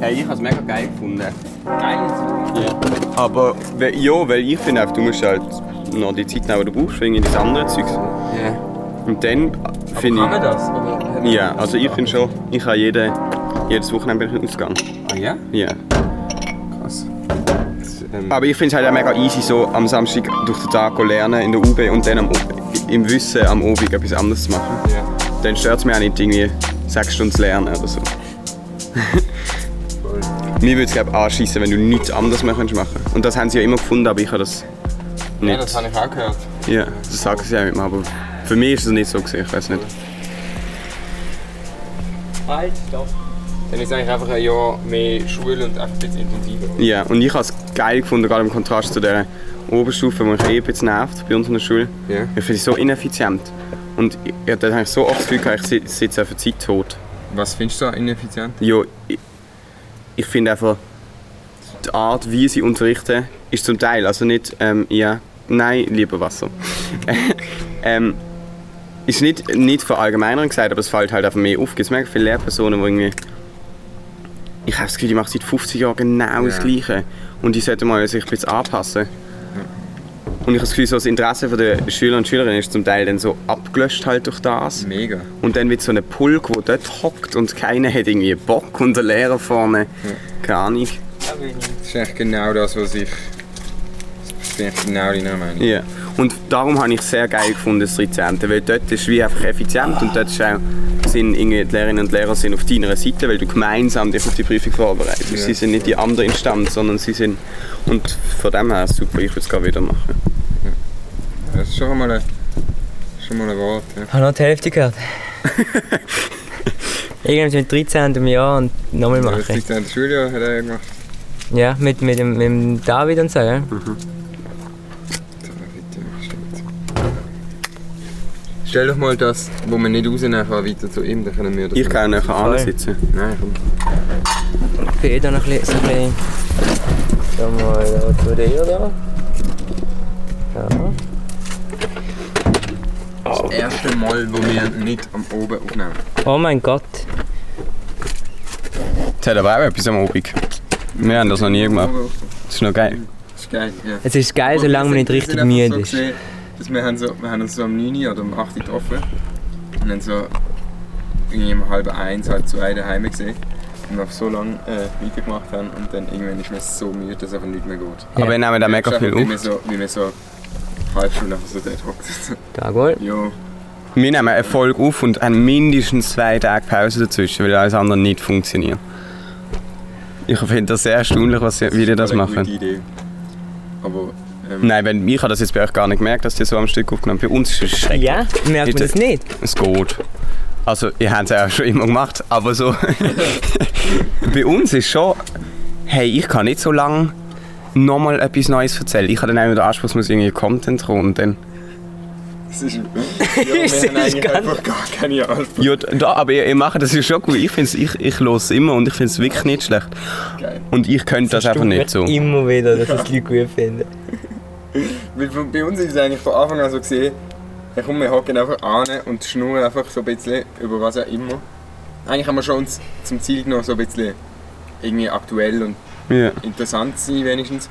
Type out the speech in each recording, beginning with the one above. Hey, ich habe es mega geil gefunden. Geil. Ja. Aber we- ja, weil ich finde, einfach, du musst halt noch die Zeit nehmen, die du brauchst, wegen das andere Zeug. Ja. Und dann Kann finde man ich. das? Oder hat man- Ja, also ich finde schon, ich habe jede, jedes Wochenende bin ich ausgegangen. Ah ja? Ja. Krass. Das, ähm, Aber ich finde es halt auch mega easy, so am Samstag durch den Tag lernen in der UB und dann am, O- im Wissen am Abend etwas anderes zu machen. ja. Dann stört es mich auch nicht, irgendwie sechs Stunden zu lernen oder so. Voll. Mir würde es, glaube ich, anschiessen, wenn du nichts anderes mehr könntest machen Und das haben sie ja immer gefunden, aber ich habe das nicht. Ja, das habe ich auch gehört. Ja, das sagen sie auch immer, aber für mich ist es nicht so gewesen, ich weiß nicht. Halt, doch. Dann ist eigentlich einfach ein Jahr mehr Schule und einfach ein bisschen intensiver. Ja, und ich habe es geil gefunden, gerade im Kontrast zu der Oberstufe, die mich eh ein bisschen nervt bei uns in der Schule. Ja. Ich finde es so ineffizient. Und ich, ja, dann habe ich so oft das Gefühl, gehabt, ich sit- sitze einfach Zeit tot. Was findest du ineffizient? Ja, ich, ich finde einfach, die Art, wie sie unterrichten, ist zum Teil, also nicht, ähm, ja, nein, lieber Wasser. ähm, ist nicht, nicht verallgemeinern gesagt, aber es fällt halt einfach mehr auf. Es gibt mega viele Lehrpersonen, die irgendwie... Ich habe das Gefühl, die machen seit 50 Jahren genau das Ja. Gleiche. Und die sollten mal sich ein bisschen anpassen. Und ich habe das Gefühl, so das Interesse der Schüler und Schülerinnen ist zum Teil dann so abgelöscht halt durch das. Mega. Und dann wird so ein Pulk, der dort hockt und keiner hat irgendwie Bock und der Lehrer vorne. Keine Ahnung. Das ist eigentlich genau das, was ich. Das bin ich genau deiner Meinung. Ja. Und darum habe ich es sehr geil gefunden, das 13. Weil dort ist wie einfach effizient und dort ist auch, sind irgendwie die Lehrerinnen und Lehrer sind auf deiner Seite, weil du gemeinsam dich auf die Prüfung vorbereitest. Sie sind nicht die andere Instanz, sondern sie sind... Und von dem her super, ich würde es gerne wieder machen. Das ist schon mal ein, schon mal ein Wort. Ja. Habe noch die Hälfte gehört. Irgendwann mit 13 im Jahr und nochmal Das machen. liegt an der Schule, hat er gemacht. Ja, mit, mit, dem, mit dem David und so, ja. Hm. Stell doch mal das, wo man nicht rausnehmen kann, weiter zu ihm, dann können wir das Ich kann auch nachher Voll. ansitzen. Nein, komm. Für jeder noch ein bisschen. So ein bisschen. Da mal da zu dir da. Ja. Das erste Mal, wo wir nicht am Oben aufnehmen. Oh mein Gott. Das hat aber auch etwas am Obig. Wir haben das noch nie gemacht. Das ist noch geil. Das ist geil, ja. Es ist geil, solange man nicht richtig sind einfach müde so ist. gesehen, dass wir, haben so, wir haben uns so um 9 oder um 8 Uhr getroffen und dann so irgendwie um halb eins, halb zwei daheim gesehen und auf so lange äh, weitergemacht haben und dann irgendwann ist man so müde, dass einfach nicht mehr geht. Aber wir nehmen da mega Das ist viel einfach, Wie auf. man so, wie man so halb Stunde nachher so dort hockt. Da wohl. ja, Wir nehmen eine Folge auf und haben mindestens zwei Tage Pause dazwischen, weil alles andere nicht funktioniert. Ich finde das sehr erstaunlich, was ihr, wie ihr das voll eine gute machen. Idee. Aber ähm, Nein, wenn, ich habe das jetzt bei euch gar nicht gemerkt, dass ihr so am Stück aufgenommen habt. Bei uns ist es schrecklich. Ja, merkt man das nicht? Es geht. Also, ihr habt es auch schon immer gemacht, aber so. bei uns ist schon, hey, ich kann nicht so lange nochmal etwas Neues erzählen. Ich habe dann auch immer den Anspruch, es muss irgendwie Content kommen und dann... es ist, ja, wir haben eigentlich einfach gar keine Antwort. Ja, da, aber ihr, ihr macht das ja schon gut. Ich finde ich, ich höre es immer und ich finde es wirklich nicht schlecht. Geil. Und ich könnte das einfach nicht so. Immer wieder, dass es die Leute gut finden. Weil von- bei uns ist es eigentlich von Anfang an so gesehen, ja komm, wir hocken einfach an und schnurren einfach so ein bisschen über was auch immer. Eigentlich haben wir schon uns zum Ziel genommen, so ein bisschen irgendwie aktuell und Ja. interessant zu sein wenigstens.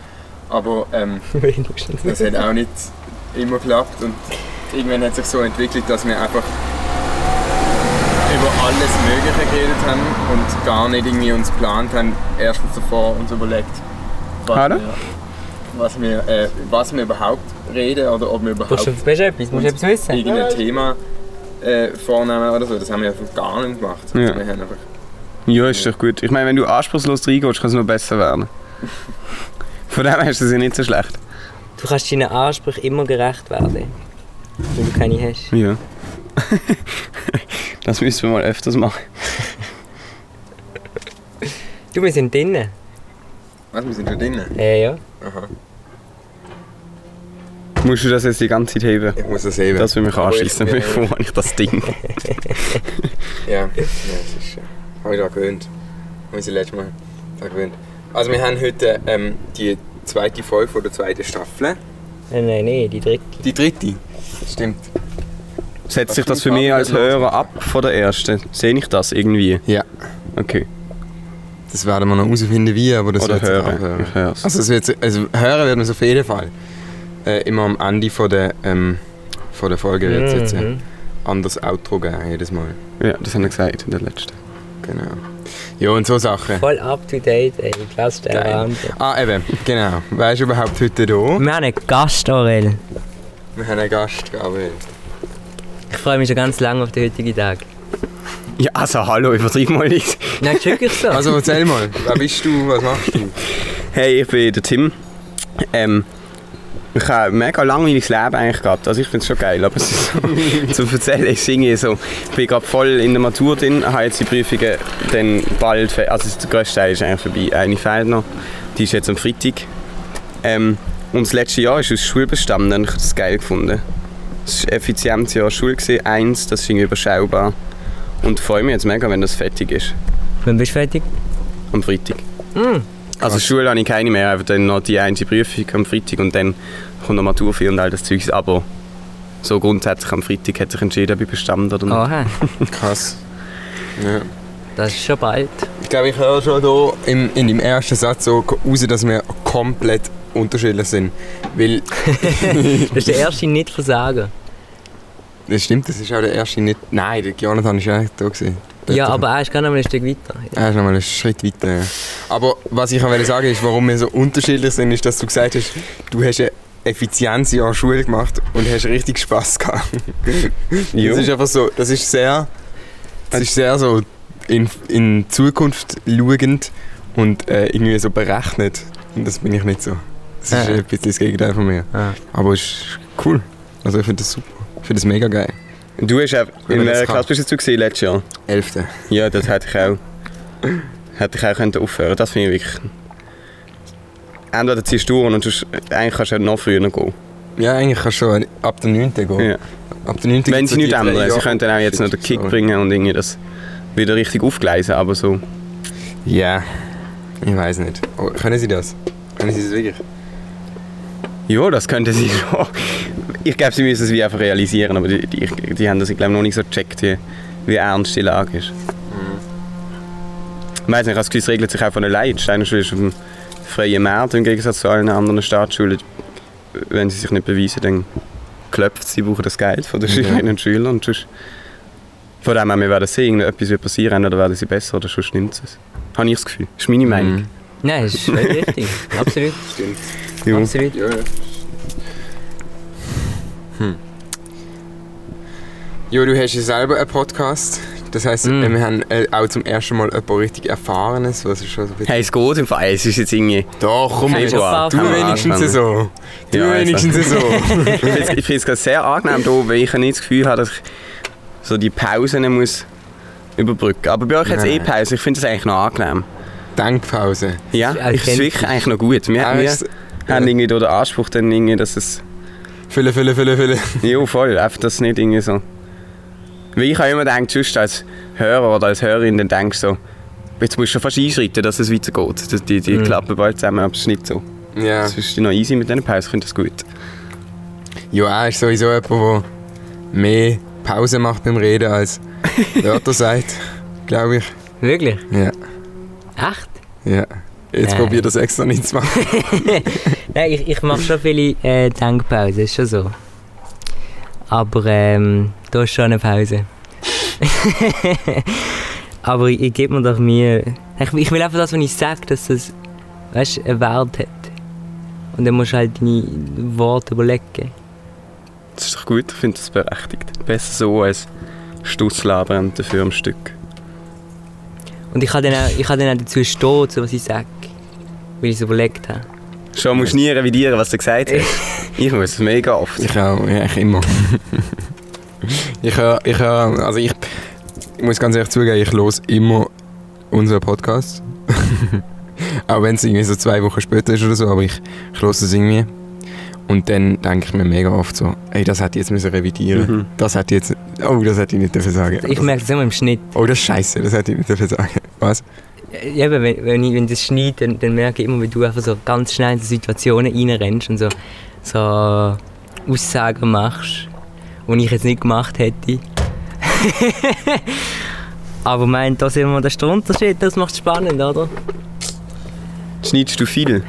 Aber ähm, Wenigstens. das hat auch nicht immer geklappt und irgendwann hat sich so entwickelt, dass wir einfach über alles Mögliche geredet haben und gar nicht irgendwie uns geplant haben, erstens davor uns überlegt, was Hallo? wir, was, wir, äh, was wir überhaupt reden oder ob wir überhaupt Brauchst du brauchst du etwas? Musst du etwas wissen? irgendein Thema äh, vornehmen oder so. Das haben wir einfach gar nicht gemacht. Also Ja. Wir haben einfach ja, ist doch gut. Ich meine, wenn du anspruchslos reingehst, kann es nur besser werden. Von dem her ist es ja nicht so schlecht. Du kannst deinen Ansprüchen immer gerecht werden. Wenn du keine hast. Ja. das müssen wir mal öfters machen. Du, wir sind drinnen. was, wir sind schon drinnen. Ja, ja. Aha. Musst du das jetzt die ganze Zeit heben? Ich muss das eben. Das will mich anschließen, Ja, ja. bevor ich das Ding. Ja, ja das ist, äh, habe ich daran gewöhnt. Habe ich letztes Mal daran gewöhnt. Also wir haben heute ähm, die zweite Folge von der zweiten Staffel. Nein, nein, nein, die dritte. Die dritte. Stimmt. Setzt sich das für mich als Hörer ab von der ersten? Sehe ich das irgendwie? Ja. Okay. Das werden wir noch herausfinden, wie, aber das Oder wird sich hören. anhören. Ich hör's. Also, es wird, sich- also hören werden wir es auf jeden Fall. Äh, immer am Ende von der, ähm, von der Folge wird es jetzt ein Mhm. anderes Outro geben, jedes Mal. Ja, das haben wir gesagt in der letzten. Genau. Ja, und so Sachen. Voll up to date, ey. Klaus der Geil. Wahnsinn. Ah, eben, genau. Wer ist überhaupt heute da? Wir haben einen Gast, Aurel. Wir haben einen Gast, Gabriel. Ich freue mich schon ganz lange auf den heutigen Tag. Ja, also hallo, übertrieb mal nicht. Nein, schick ich so. Also erzähl mal, wer bist du, was machst du? Hey, ich bin der Tim. Ähm, ich habe ein mega langweiliges Leben eigentlich gehabt. Also ich finde es schon geil, aber es ist so, zu erzählen, ich singe so. Ich bin gerade voll in der Matur drin, habe jetzt die Prüfungen dann bald, fe- also der grösste Teil ist eigentlich vorbei. Eine fehlt noch, die ist jetzt am Freitag. Ähm, und das letzte Jahr ist aus der Schule bestanden, dann habe ich das geil gefunden. Es war ein effizientes Jahr Schule, gewesen. eins, das ist irgendwie überschaubar. Und ich freue mich jetzt mega, wenn das fertig ist, Wann bist du fertig? am Freitag. Mm. Also Schule habe ich keine mehr, einfach dann noch die eine Prüfung am Freitag und dann kommt noch Matur viel und all das Zeugs. Aber so grundsätzlich am Freitag hat sich entschieden, ob ich bestanden Hm. oder Ah. nicht. Aha, Krass. Ja. Ah, das ist schon bald. Ich glaube, ich höre schon hier in, in deinem ersten Satz so raus, dass wir komplett unterschiedlich sind. Weil, Das ist der erste Nicht-Versager. das stimmt, das ist auch der erste nicht... Nein, der Jonathan ist ja nicht da gewesen. Der Ja, hat- aber er ist gerne mal ein Stück weiter. Er ist nochmal einen Schritt weiter. ja. Aber was ich auch wollte sagen ist, warum wir so unterschiedlich sind, ist, dass du gesagt hast, du hast eine Effizienzjahr Schule gemacht und hast richtig Spass gehabt. Das ist einfach so, das ist sehr, das ist sehr so in, in Zukunft schauend und äh, irgendwie so berechnet. Und das bin ich nicht so. Das ist Ah. ein bisschen das Gegenteil von mir. Ah. Aber es ist cool. Also ich finde das super. Ich finde das mega geil. Du hast auch, Wenn in man das welcher kann. Klasse bist du gewesen letztes Jahr? Elfte. Ja, das hätte ich auch, hätte ich auch können aufhören Das finde ich wirklich... Entweder ziehst du und sonst, eigentlich kannst du auch noch früher gehen. Ja, eigentlich kannst du schon ab der 9. gehen. Ja. Ab der 9. Wenn gibt's sie so nichts Oh. die drei ändern. also Sie Jahre- könnten auch jetzt noch den Kick Sorry. bringen und irgendwie das wieder richtig aufgleisen, aber so... Ja, ich weiß nicht. Oh, können Sie das? Können Sie das wirklich? Ja, das könnte sie schon. Ich glaube, sie müssen es wie einfach realisieren, aber die, die, ich- die haben das, ich glaube, noch nicht so gecheckt, wie, wie ernst die Lage ist. Ich weiß nicht, ich habe das Gefühl, es regelt sich auch von allein. Die Steinerschule ist auf dem freien Markt im Gegensatz zu allen anderen Staatsschulen. Wenn sie sich nicht beweisen, dann klopft sie, brauchen das Geld von den Ja. Schülerinnen und Schülern. Und sonst, von dem her, wir werden sehen, etwas wird passieren, entweder werden sie besser oder sonst nimmt sie es. Habe ich das Gefühl. Das ist meine Meinung. Mhm. Nein, das ist völlig richtig. Absolut. Stimmt. Ja. Absolut. Ja, ja. Hm. Jo, du hast ja selber einen Podcast. Das heisst, Mm. äh, wir haben äh, auch zum ersten Mal jemand richtig Erfahrenes, was ist schon so ein bisschen... Hey, es geht im Fall. Es ist jetzt irgendwie... Doch, komm, Februar. du Haben wir wenigstens so. Du Ja, also. wenigstens so. Ich find's- Ich finde es gerade sehr angenehm, da, weil ich nicht das Gefühl habe, dass ich so die Pausen muss überbrücken Aber bei euch hat es eh Nein. Pause. Ich finde das eigentlich noch angenehm. Denkpause. Ja, ich finde Das ist es authentisch. wirklich eigentlich noch gut. Wir, Auch wir ist- haben irgendwie da den Anspruch, dann irgendwie, dass es... Fülle, fülle, fülle, fülle. Ja, voll. Einfach, dass es nicht irgendwie so... Weil ich habe immer gedacht, sonst als Hörer oder als Hörerin, dann denkst du so, jetzt musst du schon fast einschreiten, dass es weitergeht. Die, die, die Mhm. klappen bald zusammen, aber es ist nicht so. Ja. Es ist noch easy mit diesen Pausen, ich finde das gut. Ja, er ist sowieso jemand, der mehr Pause macht beim Reden als Wörter sagt, glaube ich. Wirklich? Ja, Echt? ja. Jetzt Nein. probier das extra nicht zu machen. Nein, ich, ich mache schon viele äh, Denkpausen, ist schon so. Aber ähm, da ist schon eine Pause. Aber ich, ich gebe mir doch Mühe. Ich, ich will einfach das, was ich sage, dass das weißt, einen Wert hat. Und dann musst du halt deine Worte überlegen. Das ist doch gut, ich finde das berechtigt. Besser so als Stutzlabern dafür am Stück. Und ich kann dann auch, ich kann dann auch dazu stehen, zu was ich sage. Weil ich es überlegt habe. Schon musst du nie revidieren, was du gesagt hast. ich muss es mega oft. Ich auch, ja, ich immer. ich höre, ich höre, also ich, ich muss ganz ehrlich zugeben, ich los immer unseren Podcast. auch wenn es irgendwie so zwei Wochen später ist oder so, aber ich, ich los es irgendwie. Und dann denke ich mir mega oft so, ey, das hätte ich jetzt müssen revidieren Mhm. Das hätte ich jetzt, oh, das hätte ich nicht dafür sagen. Ich merke das immer im Schnitt. Oh, das ist scheiße, das hätte ich nicht dafür sagen. Was? Äh, Eben, wenn, wenn, ich, wenn ich das schneit, dann, dann merke ich immer, wie du einfach so ganz schnell in so Situationen reinrennst und so, so Aussagen machst, die ich jetzt nicht gemacht hätte. Aber meint, das ist immer das ist der Unterschied, das macht es spannend, oder? Schneidest du viel?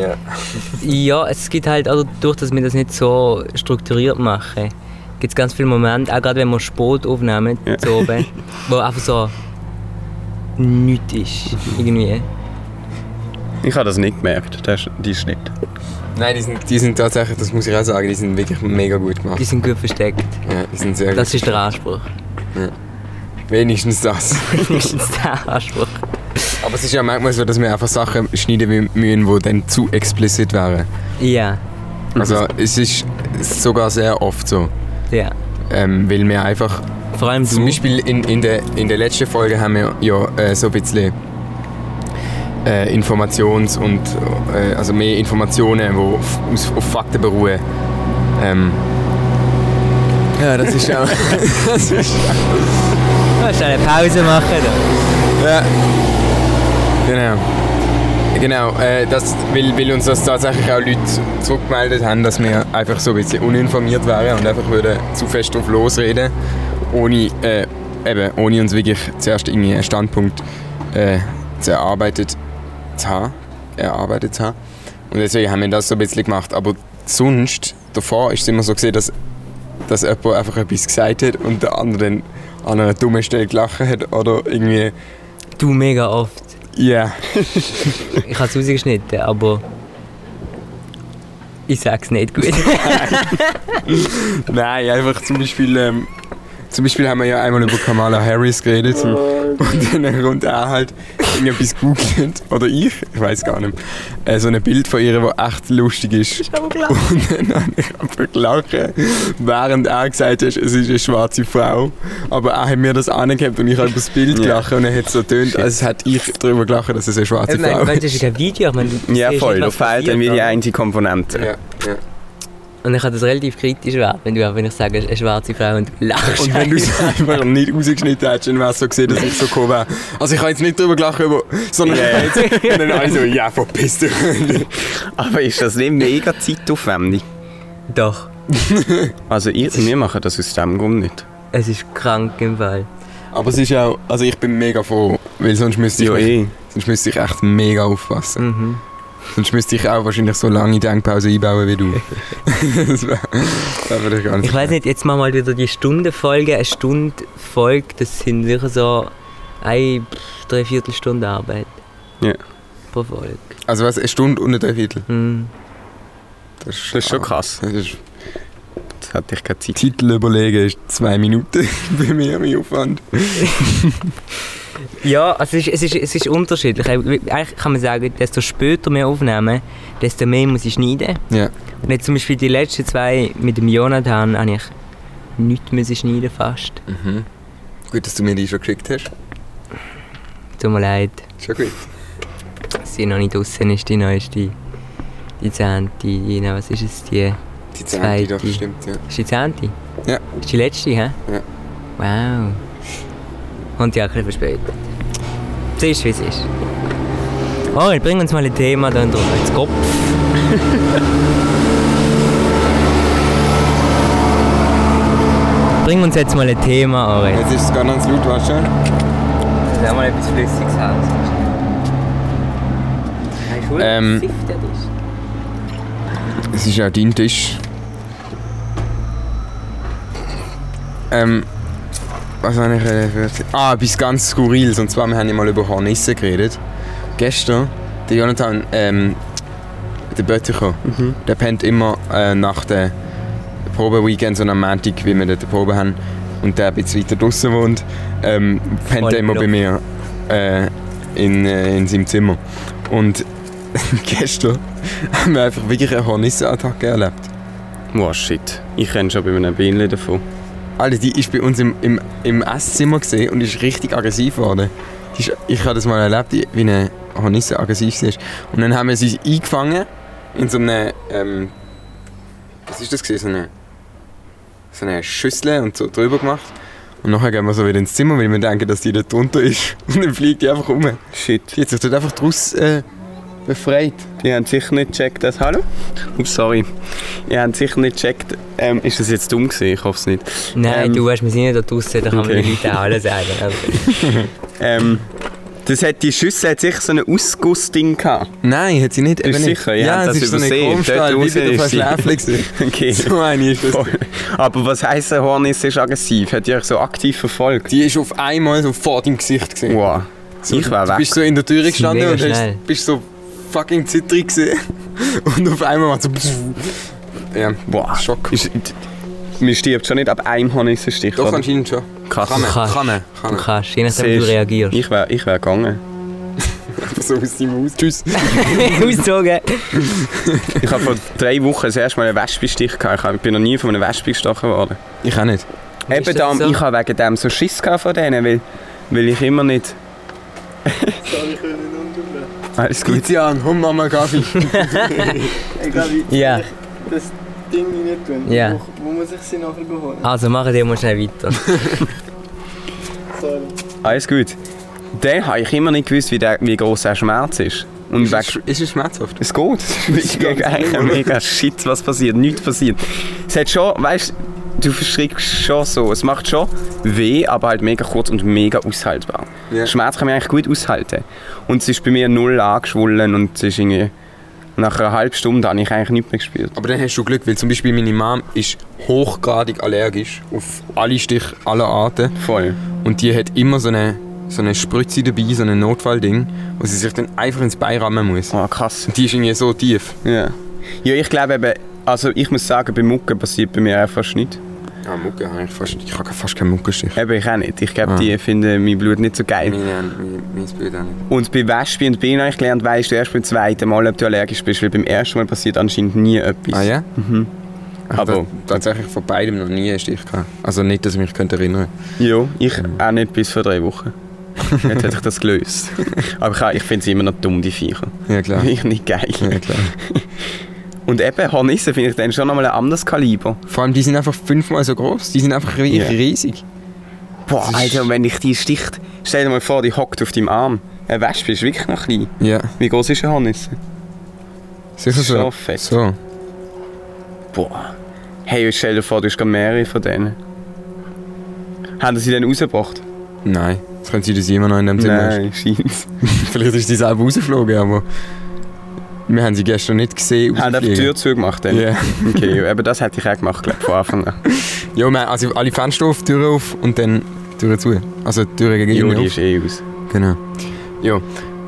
Ja. Ja, es gibt halt, also durch dass wir das nicht so strukturiert machen, gibt es ganz viele Momente, auch gerade wenn wir Sport aufnehmen, Ja. zu oben, wo einfach so nichts ist, irgendwie. Ich habe das nicht gemerkt, der, Sch- die Schnitt. Nein, die sind, die sind tatsächlich, das muss ich auch sagen, die sind wirklich mega gut gemacht. Die sind gut versteckt. Ja, die sind sehr Das gut. ist der Anspruch. Wenigstens das. Mindestens der Anspruch. Aber es ist ja manchmal so, dass wir einfach Sachen schneiden müssen, die dann zu explizit wären. Ja, Also es ist sogar sehr oft so. ja. Ähm, weil wir einfach Vor allem Zum du. Beispiel in, in, der, in der letzten Folge haben wir ja äh, so ein bisschen äh, Informations- und äh, also mehr Informationen, die auf, aus- auf Fakten beruhen. Ähm, ja, das ist auch. das ist Du musst eine Pause machen. Da. ja. Genau. Genau, äh, das, weil, weil uns das tatsächlich auch Leute zurückgemeldet haben, dass wir einfach so ein bisschen uninformiert wären und einfach würden zu fest drauf losreden, ohne, äh, eben, ohne uns wirklich zuerst irgendwie einen Standpunkt äh, zu erarbeitet zu haben. Erarbeitet zu haben. Und deswegen haben wir das so ein bisschen gemacht. Aber sonst, davor ist es immer so gesehen, dass, dass jemand einfach etwas gesagt hat und der andere dann an einer dummen Stelle gelacht hat oder irgendwie Du mega oft. ja, Ich habe es rausgeschnitten, aber. Ich sag's nicht gut. nein, einfach zum Beispiel, ähm, zum Beispiel haben wir ja einmal über Kamala Harris geredet und dann kommt er halt irgendwas googelt oder ich, ich weiß gar nicht, äh, so ein Bild von ihr, wo echt lustig ist. Und dann habe ich einfach gelacht, während er gesagt hat, es ist eine schwarze Frau, aber er hat mir das angehabt und ich habe über das Bild Ja. gelacht und er hat so tönt, als hätte ich darüber gelacht, dass es eine schwarze Ich meine, Frau du meinst, ist. das ist kein Video. Ich meine, du Ja, siehst voll, nicht, da was fehlt dann passiert, wieder die oder? einzige Komponente. ja. Und ich kann das relativ kritisch werden, wenn du wenn ich sage, eine schwarze Frau und du lachst. Und wenn du es einfach nicht rausgeschnitten hättest, dann wäre es so gesehen, dass ich so gekommen wäre. Also ich habe jetzt nicht drüber gelacht, aber- sondern Ja, ja. ich habe jetzt... Und dann alle so, ja, verpiss dich. Aber ist das nicht mega zeitaufwendig? Doch, Also ihr, wir machen das aus dem Grund nicht. es ist krank im Fall. Aber es ist auch... Also ich bin mega froh, weil sonst müsste ich, Ja, mich, eh. sonst müsste ich echt mega aufpassen. Mhm. Sonst müsste ich auch wahrscheinlich so lange Denkpause einbauen wie du. das wäre wär wirklich ganz... Ich weiß nicht, jetzt machen wir halt wieder die Stundenfolge. Eine Stunde Folge, das sind sicher so eine, pff, dreiviertel Stunde Arbeit. Ja. Pro Folge. Also was, eine Stunde und ein Dreiviertel. Mhm. Das ist, Das ist schon Ah. krass. Das ist, Das hatte ich keine Zeit. Titel überlegen ist zwei Minuten bei mir, mein Aufwand. Ja, also es ist, es ist, es ist unterschiedlich. Äh, Eigentlich kann man sagen, desto später wir aufnehmen, desto mehr muss ich schneiden. Ja. Und jetzt zum Beispiel die letzten zwei mit dem Jonathan habe ich nichts müssen schneiden fast. Mhm. Gut, dass du mir die schon geschickt hast. Tut mir leid, Schon gut. dass sie noch nicht draußen ist, die neueste. Die zehnte, die, na, was ist es, die? Die Zweite. zweite, doch, stimmt, ja. Ist die zehnte? Ja. Ist die letzte, hä? Ja. Wow. Und ja, ein bisschen verspätet. Es ist, wie es ist. Oh, jetzt bring uns mal ein Thema da drüber ins Kopf. Bring uns jetzt mal ein Thema, Orel. Jetzt ist es gar ganz laut, weißt du? Das ist auch mal etwas Flüssiges aus. Ähm. Es ist ja dein Tisch. Ähm, was habe ich äh, für... Ah, etwas ganz Skurriles. Und zwar, wir haben ja mal über Hornissen geredet. Gestern, der Jonathan, ähm, der Bötticher, der pennt immer äh, nach den Probeweekends und am Montag, wie wir dort eine Probe haben, und der ein bisschen weiter draußen wohnt, ähm, pennt Voll er immer bei blöd. mir äh, in, äh, in seinem Zimmer. Und gestern haben wir einfach wirklich eine Hornissenattacke erlebt. Oh shit, ich renne schon bei einem Bienen davon. Alter, die ist bei uns im, im, im Esszimmer gesehen und ist richtig aggressiv geworden. Die ist, ich habe das mal erlebt, die- wie eine Hornisse aggressiv ist. Und dann haben wir sie eingefangen in so einem. Ähm, was ist das gewesen? So eine, so eine Schüssel und so drüber gemacht. Und nachher gehen wir so wieder ins Zimmer, weil wir denken, dass die da drunter ist. Und dann fliegt die einfach um. Shit. Die hat sich dort einfach draus äh, befreit. Ihr habt sicher nicht gecheckt, dass... Hallo? Ups, sorry. Ihr habt sicher nicht gecheckt... Ähm, ist das jetzt dumm gewesen? Ich hoffe es nicht. Nein, Ähm, du weißt, wir sind nicht da draußen, da kann okay. man den Leuten auch alles sagen. Also, Aber Ähm, das hat, die Schüssel hat sicher so einen Ausgussding gehabt. Nein, hat sie nicht. Ist nicht. sicher, ja, das es ist so eine übersehen. Chromstahl, Dort wie bei der raus ist sie. Verschläflung. gewesen. Okay. So eine ist das. Voll. Aber was heisst, ein Hornis ist aggressiv? Hat ihr euch so aktiv verfolgt? Die ist auf einmal so vor deinem Gesicht gesehen. Wow. Ich war Du weg. bist so in der Tür gestanden mega und schnell. hast, bist so fucking zittrig gesehen. Und auf einmal macht so. Ja, Wow. Schock. Ist, d- man stirbt schon nicht ab einem Hornissenstich. Doch, oder? anscheinend schon. Krass. Kann man, Kannst. kann man, kann du man. kannst, je nachdem, wie du Siehst. reagierst. Ich wäre ich wär gegangen. So aus deinem Haus. Tschüss. Auszogen. Ich habe vor drei Wochen das erste Mal einen Wespenstich gehabt. Ich hab- Ich bin noch nie von einer Wespe gestochen worden. Ich auch nicht. Ist Eben das darum, so? ich habe wegen dem so Schiss gehabt von denen, weil, weil ich immer nicht... Alles gut. Tizian, hol mal mal Kaffee. Ich glaube, Ja. das Ding rein tun, Ja. wo, wo man sich sie nachher holen Also machen wir mal schnell weiter. Sorry. Alles gut. Dann habe ich immer nicht gewusst, wie, der, wie groß der Schmerz ist. Und Ist es- wegen ist es schmerzhaft? Es geht. Es ganz ist eigentlich schlimm. mega Shit, was passiert. Nichts passiert. Es hat schon, weißt du, verschrickst schon so. Es macht schon weh, aber halt mega kurz und mega aushaltbar. Ja. Schmerz kann man eigentlich gut aushalten. Und es ist bei mir null angeschwollen und es ist irgendwie. Nach einer halben Stunde habe ich eigentlich nichts mehr gespürt. Aber dann hast du Glück, weil zum Beispiel meine Mom ist hochgradig allergisch auf alle Stiche aller Arten. Voll. Und die hat immer so eine, so eine Spritze dabei, so ein Notfallding, wo sie sich dann einfach ins Bein rammen muss. Oh, krass. Und die ist irgendwie so tief. Ja. Ja, ich glaube eben, also ich muss sagen, bei Mucken passiert bei mir auch fast nichts. Ja, Mucke habe ich fast. Ich habe fast keinen Muckestich. Eben, ich auch nicht. Ich glaube, Ah. die finden mein Blut nicht so geil. Mein Bild auch nicht. Und bei Wespen und Bienen habe ich gelernt, weißt du erst beim zweiten Mal, ob du allergisch bist, weil beim ersten Mal passiert anscheinend nie etwas. Ah ja? Mhm. Also, Aber- Aber tatsächlich von beidem noch nie einen Stich gehabt. Also nicht, dass ich mich könnte erinnern Jo, ich auch nicht bis vor drei Wochen. Jetzt hat sich das gelöst. Aber ich, auch- ich finde sie immer noch dumm, die Viecher. Ja klar. Ich nicht geil. ja, klar. Und eben, Hornissen finde ich dann schon nochmal ein anderes Kaliber. Vor allem, die sind einfach fünfmal so groß. Die sind einfach ri- Ja. riesig. Boah, Das ist- Alter, und wenn dich die sticht, stell dir mal vor, die hockt auf deinem Arm. Eine Wespe ist wirklich noch klein. Ja, Wie groß ist ein Hornissen? sicher So so. fett. So. Boah. Hey, und stell dir vor, du hast gerade mehrere von denen. Haben sie dann rausgebracht? Nein. Jetzt können sie das immer noch in dem Zimmer. ist. scheint's. Vielleicht ist die selber rausgeflogen, aber. Wir haben sie gestern nicht gesehen. Haben einfach die Tür zugemacht dann? Ja. Okay, ja, aber das hätte ich auch gemacht, glaube ich, von Anfang an. Ja, wir haben also alle Fenster auf, Türen auf und dann Türen zu. Also Türen gegen innen Juli auf. ist eh aus. Genau. Ja.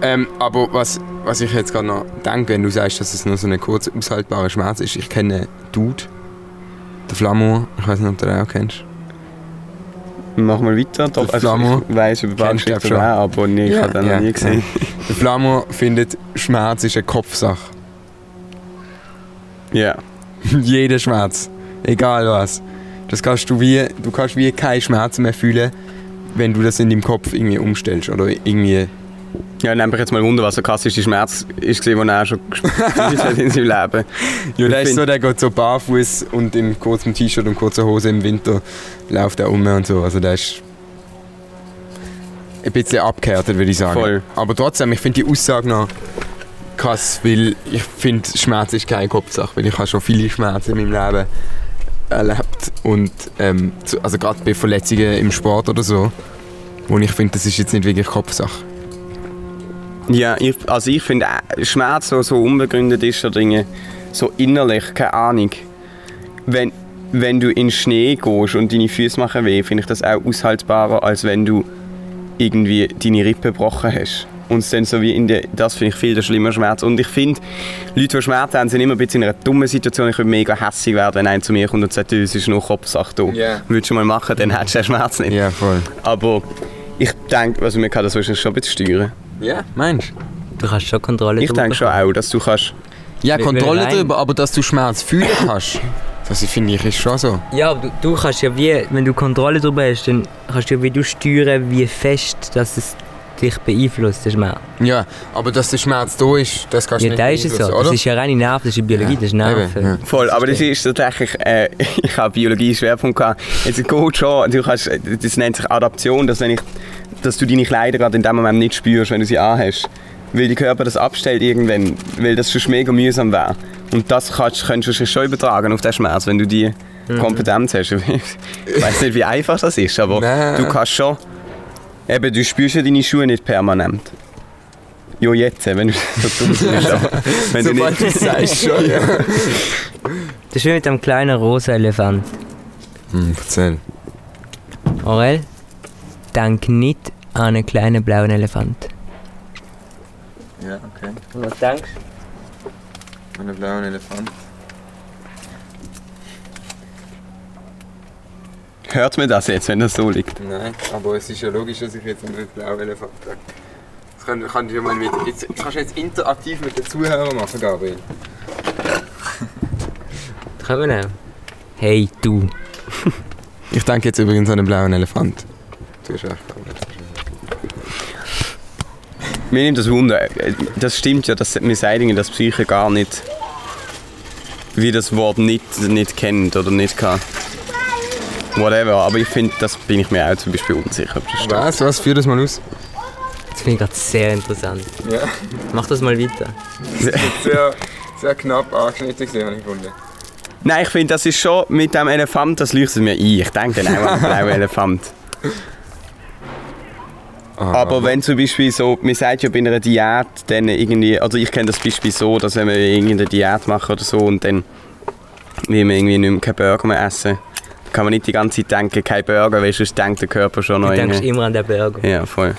Ähm, aber was, was ich jetzt gerade noch denke, wenn du sagst, dass es nur so ein kurz aushaltbarer Schmerz ist, ich kenne einen Dude, den Flamur, ich weiß nicht, ob du den auch kennst. Machen wir weiter. Doch, also Flammo. ich weiss über Kennst du, glaub Bahnschriften schon. auch, aber nee, ich Ja. habe den Ja. noch nie gesehen. Der Flamur findet, Schmerz ist eine Kopfsache. Ja. Jeder Schmerz. Egal was. Das kannst du wie, du kannst wie keinen Schmerz mehr fühlen, wenn du das in deinem Kopf irgendwie umstellst oder irgendwie... Ja, nehme mich jetzt mal wunder, was der klassische Schmerz ist, den er auch schon gespürt hat in seinem Leben. Ja, der Ich ist find- so, der geht so barfuß und in kurzem T-Shirt und kurzer Hose im Winter läuft er um und so. Also der ist ein bisschen abgehärtet, würde ich sagen. Voll. Aber trotzdem, ich finde die Aussage noch krass, weil ich finde, Schmerz ist keine Kopfsache, weil ich habe schon viele Schmerzen in meinem Leben erlebt und ähm, zu, also gerade bei Verletzungen im Sport oder so, wo ich finde, das ist jetzt nicht wirklich Kopfsache. Ja, ich, also ich finde äh, Schmerz, der so unbegründet ist oder Dinge, so innerlich, keine Ahnung. Wenn, wenn du in den Schnee gehst und deine Füße machen weh, finde ich das auch aushaltbarer, als wenn du irgendwie deine Rippe gebrochen hast. Und es dann so wie in der, das finde ich viel der schlimmer Schmerz. Und ich finde, Leute, die Schmerzen haben, sind immer ein bisschen in einer dummen Situation. Ich würde mega hässlich werden, wenn einer zu mir kommt und sagt, du, es ist nur Kopfsache da. Ja. Würdest du mal machen, dann hättest du den Schmerz nicht. Ja, voll. Aber ich denke, also man kann das wahrscheinlich schon ein bisschen steuern. Ja, meinst Du kannst schon Kontrolle Ich drüber denke schon bekommen. auch, dass du kannst Ja, Weil- Kontrolle weil rein- darüber, aber dass du Schmerz fühlen kannst, das finde ich ist schon so. Ja, aber du, du kannst ja wie, wenn du Kontrolle darüber hast, dann kannst du ja wie du steuern, wie fest dass es dich beeinflusst, der Schmerz. Ja, aber dass der Schmerz da ist, das kannst du Ja, nicht da ist es so. beeinflussen, Das oder? ist ja reine Nerven, das ist ja Biologie, das ist Nerven. eben, ja. Voll, aber das ist tatsächlich, äh, ich habe Biologie-Schwerpunkt gehabt. Jetzt geht schon, du kannst, das nennt sich Adaption, dass, wenn ich, dass du deine Kleider gerade in dem Moment nicht spürst, wenn du sie anhast. weil der Körper das abstellt irgendwann, weil das schon mega mühsam wäre. Und das kannst, könntest du schon übertragen auf den Schmerz, wenn du die Mhm. Kompetenz hast. Ich weiß nicht, wie einfach das ist, aber Nein. du kannst schon... Eben, du spürst ja deine Schuhe nicht permanent. Jo, jetzt, wenn du so dumm bist. aber wenn du nicht... Sobald du es sagst schon, ja. Das ist wie mit dem kleinen rosa Elefant. Hm, erzähl. Aurel, denk nicht an einen kleinen blauen Elefant. Ja, okay. Und was denkst Einen blauen Elefant. Hört man das jetzt, wenn das so liegt? Nein, aber es ist ja logisch, dass ich jetzt einen blauen Elefant sage. Das kann, kann ich ja mal mit. Jetzt, kannst du jetzt interaktiv mit den Zuhörern machen, Gabriel. du? Können wir noch? Hey, du. Ich denke jetzt übrigens an einen blauen Elefant. Du hast recht, Gabriel. Mir nimmt das Wunder. Äh, Das stimmt ja, dass wir sagen, dass Psyche gar nicht wie das Wort nicht, nicht kennt oder nicht kann. Whatever, aber ich finde, das bin ich mir auch zum Beispiel unsicher. ob das stimmt. Was? Was? Führ das mal aus. Das finde ich gerade sehr interessant. Ja, Mach das mal weiter. sehr, sehr knapp angeschnitten gesehen, habe ich gefunden. Nein, ich finde, das ist schon mit dem Elefant, das leuchtet mir ein. Ich denke dann auch an den blauen Elefant. Ah. Aber wenn zum Beispiel so, man sagt ja bei einer Diät dann irgendwie, also ich kenne das Beispiel so, dass wenn wir irgendeine Diät machen oder so und dann will man irgendwie nicht mehr keinen Burger mehr essen, dann kann man nicht die ganze Zeit denken, kein Burger, weil sonst denkt der Körper schon noch Du denkst irgendwie- immer an den Burger. Ja, voll.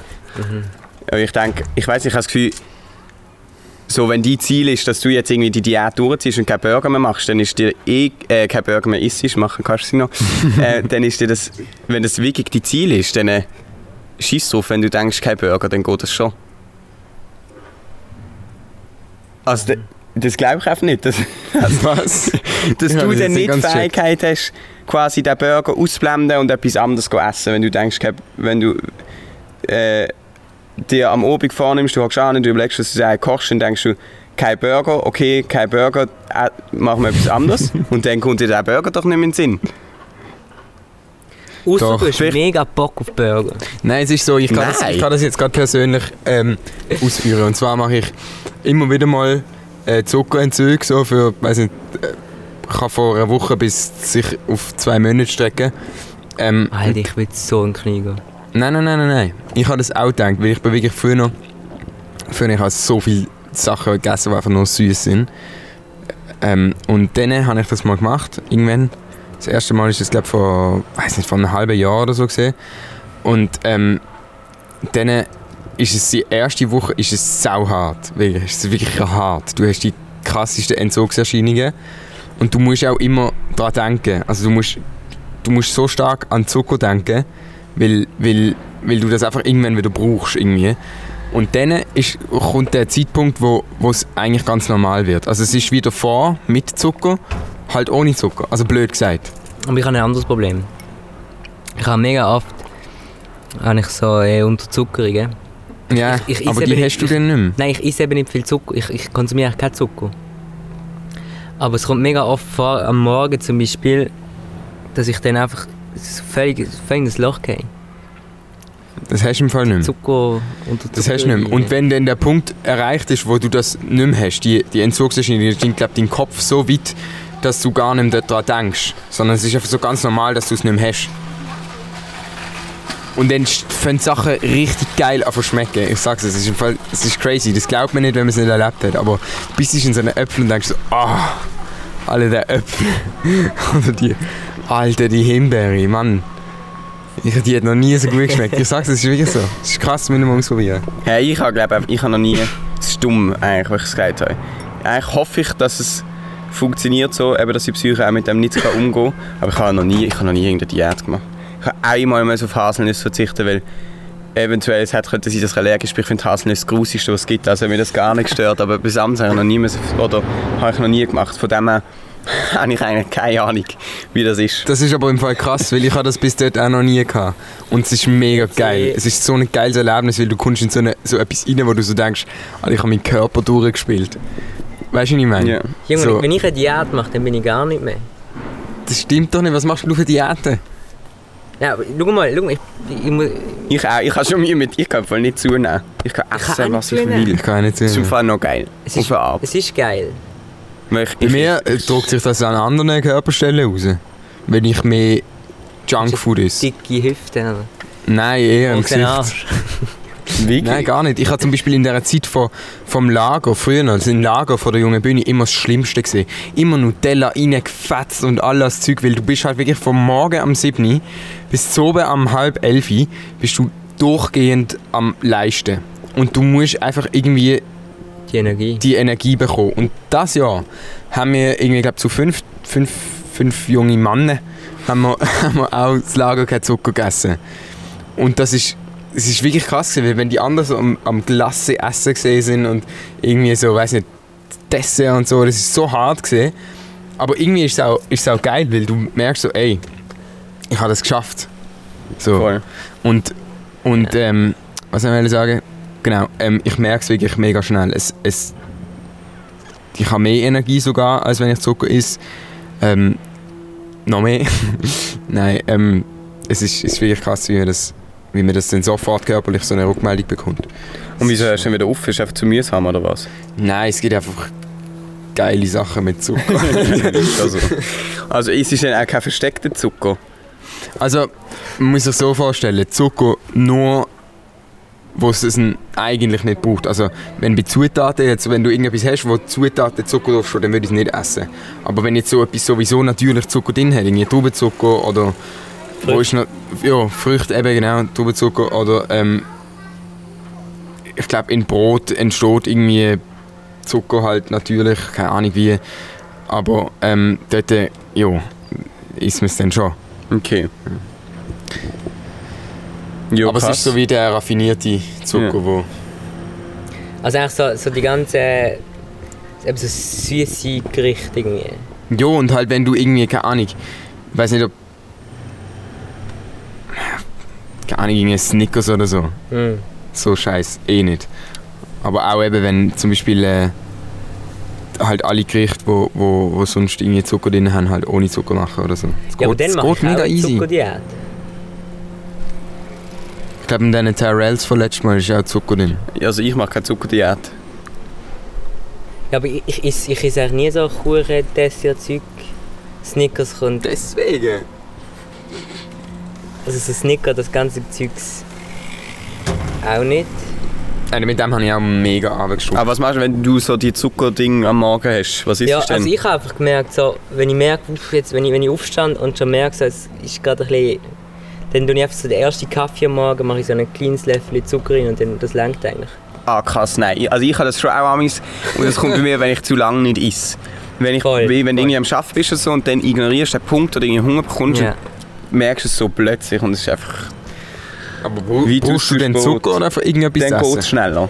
Aber ich denke, ich weiß, ich habe das Gefühl, so wenn dein Ziel ist, dass du jetzt irgendwie die Diät durchziehst und keinen Burger mehr machst, dann ist dir eh äh, kein Burger mehr isst, machen kannst du sie noch, äh, dann ist dir das, wenn das wirklich dein Ziel ist, dann äh, schieß drauf, wenn du denkst, kein Burger, dann geht das schon. Also d- das glaube ich einfach nicht, dass, Was? dass Ja, du Also, dann das ist nicht nicht die ganz check. Fähigkeit hast, quasi den Burger auszublenden und etwas anderes zu essen, wenn du denkst, kein- wenn du äh, dir am Abend vornimmst, du hockst an und du überlegst, was du dir kochst, dann denkst du, kein Burger, okay, kein Burger, äh, machen wir etwas anderes und dann kommt dir der Burger doch nicht mehr in den Sinn. Außer Doch. du hast Vielleicht- mega Bock auf Burger. Nein, es ist so, ich kann, das, Nein. ich kann das jetzt gerade persönlich ähm, ausführen. Und zwar mache ich immer wieder mal äh, Zuckerentzug, so für, weiß nicht, äh, kann vor einer Woche bis sich auf zwei Monate strecken. Ähm, Alter, ich will so in den Knie gehen. Nein, nein, nein, nein, nein. Ich habe das auch gedacht, weil ich bin wirklich früher noch... Früher ich habe so viele Sachen gegessen, die einfach nur süß sind. Ähm, und dann habe ich das mal gemacht, irgendwann. Das erste Mal ist das, glaube ich, vor, weiß nicht, vor einem halben Jahr oder so gesehen. Und ähm, dann ist es die erste Woche ist es sauhart. Wirklich, es ist wirklich hart. Du hast die krassesten Entzugserscheinungen. Und du musst auch immer daran denken. Also du musst, du musst so stark an Zucker denken, weil, weil, weil du das einfach irgendwann wieder brauchst. Irgendwie. Und dann ist, kommt der Zeitpunkt, wo wo es eigentlich ganz normal wird. Also es ist wieder vor mit Zucker, halt ohne Zucker. Also blöd gesagt. Aber ich habe ein anderes Problem. Ich habe mega oft habe ich so äh, Unterzuckerungen. Ja, Ich- ich aber esse die eben- hast du dann nicht mehr. Nein, ich esse eben nicht viel Zucker. Ich, ich konsumiere eigentlich keinen Zucker. Aber es kommt mega oft vor, am Morgen zum Beispiel, dass ich dann einfach so völlig, völlig ins Loch gehe. Das hast du im Fall nicht mehr. Zucker unter Hm. Das hast du nicht mehr. Und wenn dann der Punkt erreicht ist, wo du das nicht mehr hast, die, die Entzugserscheinung, dann glaubt dein Kopf so weit, dass du gar nicht mehr daran denkst. Sondern es ist einfach so ganz normal, dass du es nicht mehr hast. Und dann st- fangen die Sachen richtig geil an zu schmecken. Ich sag's es, es ist, im Fall, es ist crazy. Das glaubt man nicht, wenn man es nicht erlebt hat. Aber bist du in so einen Äpfel und denkst so, ah, alle der Äpfel. Oder die, alter, die Himbeere, Mann. Ich, die hat noch nie so gut geschmeckt. Ich sag's, es ist wirklich so. Es ist krass, müssen wir mal ausprobieren. Hey, ich habe, glaube ich habe noch nie es ist dumm, eigentlich, was ich gesagt habe. Eigentlich hoffe ich, dass es funktioniert so, eben, dass die Psyche auch mit dem nicht kann umgehen kann. Aber ich habe noch nie, ich habe noch nie irgendeine Diät gemacht. Ich habe einmal mal auf Haselnüsse verzichten, weil eventuell es hätte könnte sein, dass ich allergisch bin. Ich finde Haselnüsse das Grusigste, was es gibt. Also hat mich das gar nicht gestört. Aber bis anderes habe ich noch nie, müssen, oder habe ich noch nie gemacht. Von dem her habe ich eigentlich keine Ahnung, wie das ist. Das ist aber im Fall krass, weil ich habe das bis dort auch noch nie gehabt. Und es ist mega geil. Es ist so ein geiles Erlebnis, weil du kommst in so, eine, so etwas rein, wo du so denkst, Alter, ich habe meinen Körper durchgespielt. Weißt du, was ich meine? Ja. Junge, so. wenn ich eine Diät mache, dann bin ich gar nicht mehr. Das stimmt doch nicht. Was machst du für Diäten? Ja, aber schau mal, schau mal, ich, ich muss... Ich auch. Ich kann schon Mühe mit. Ich kann voll nicht zunehmen. Ich kann Ich kann essen, auch nicht was ich zunehmen. Mhm. will. Ich kann nicht Das ist im sehen. Fall noch geil. Es Auf ist, und ab. es ist geil. Weil ich- Bei ich- mir äh, drückt sich das an anderen Körperstellen raus. Wenn ich mehr Junkfood Also, esse. Dicke Hüfte, oder? Nein, eher im Und den Gesicht. Arsch. Wirklich? Nein, gar nicht. Ich habe zum Beispiel in der Zeit von, vom Lager, früher, also im Lager von der jungen Bühne, immer das Schlimmste gesehen. Immer Nutella reingefetzt und all das Zeug, weil du bist halt wirklich vom Morgen am 7. bis zu oben am halb 11. bist du durchgehend am Leisten. Und du musst einfach irgendwie Die Energie. die Energie bekommen. Und das Jahr haben wir irgendwie, glaube zu fünf, fünf, fünf junge Männer haben wir, haben wir auch das Lager kein Zucker gegessen. Und das ist, es ist wirklich krass gewesen, weil wenn die anderen so am, am Glasse essen gesehen sind und irgendwie so, weiß nicht, Dessert und so, das ist so hart gesehen. Aber irgendwie ist es auch, ist es auch geil, weil du merkst so, ey, ich habe das geschafft. So. Voll. Und, und ähm, was soll ich sagen? Genau, ähm, ich merke es wirklich mega schnell. Es, es, ich habe mehr Energie sogar, als wenn ich Zucker esse. Ähm, noch mehr. Nein, ähm, es, ist, es ist wirklich krass, wie man, das, wie man das dann sofort körperlich so eine Rückmeldung bekommt. Und wieso hörst du denn wieder auf? Ist einfach zu mühsam oder was? Nein, es gibt einfach geile Sachen mit Zucker. also, also es ist dann auch kein versteckter Zucker. also, man muss sich so vorstellen, Zucker nur, wo es es eigentlich nicht braucht. Also, wenn bei Zutaten, jetzt, wenn du irgendetwas hast, wo Zutaten Zucker draufsteht, dann würde ich es nicht essen. Aber wenn jetzt so etwas sowieso natürlich Zucker drin hat, irgendwie Traubenzucker oder... Wo ist noch, ja, Früchte eben, genau, Traubenzucker oder ähm, ich glaube in Brot entsteht irgendwie Zucker halt natürlich, keine Ahnung wie, aber ähm, dort, äh, ja, isst man es dann schon. Okay. Ja, aber es krass. ist so wie der raffinierte Zucker, Ja. wo... Also eigentlich so, so die ganze... äh, Eben so süße Gerichte irgendwie. Ja, und halt wenn du irgendwie, keine Ahnung, weiß nicht ob... Keine Ahnung, irgendwie Snickers oder so. Mm. so scheiß eh nicht. Aber auch eben, wenn zum Beispiel äh, halt alle Gerichte, wo, wo, wo sonst irgendwie Zucker drin haben, halt ohne Zucker machen oder so. Es Ja, aber geht, dann es mache geht ich auch mega eine easy. Zuckerdiät. Ich glaube, in diesen Tyrells von letztem Mal ist auch Zucker drin. Also ich mache keine Zuckerdiät. Ja, aber ich, ich, esse- ich esse eigentlich nie so Kuchen, Dessert, Zeug. Snickers und... Deswegen? Also so Snickers, das ganze Zeugs... Auch nicht. Also mit dem habe ich auch mega runtergestuft. Aber was machst du, wenn du so die Zuckerding am Magen hast? Was ist Ja, das denn? also ich habe einfach gemerkt, so, wenn ich merke, uff, jetzt, wenn ich, wenn ich aufstand und schon merke, so, es ist gerade ein bisschen... Dann tue ich einfach so den ersten Kaffee am Morgen, mache ich so einen kleinen Löffel Zucker rein und dann, das langt eigentlich. Ah, krass, nein. Ich- Also ich habe das schon auch amis und das kommt bei mir, wenn ich zu lange nicht esse. Wenn, ich, Voll, wie- wenn du voll. irgendwie am Schaffen bist oder so und dann ignorierst du den Punkt oder irgendwie Hunger bekommst, Ja. dann merkst du es so plötzlich und es ist einfach... Aber wo, Wie brauchst tust du du denn Brot? Zucker oder einfach irgendetwas dann zu geht essen? es schneller.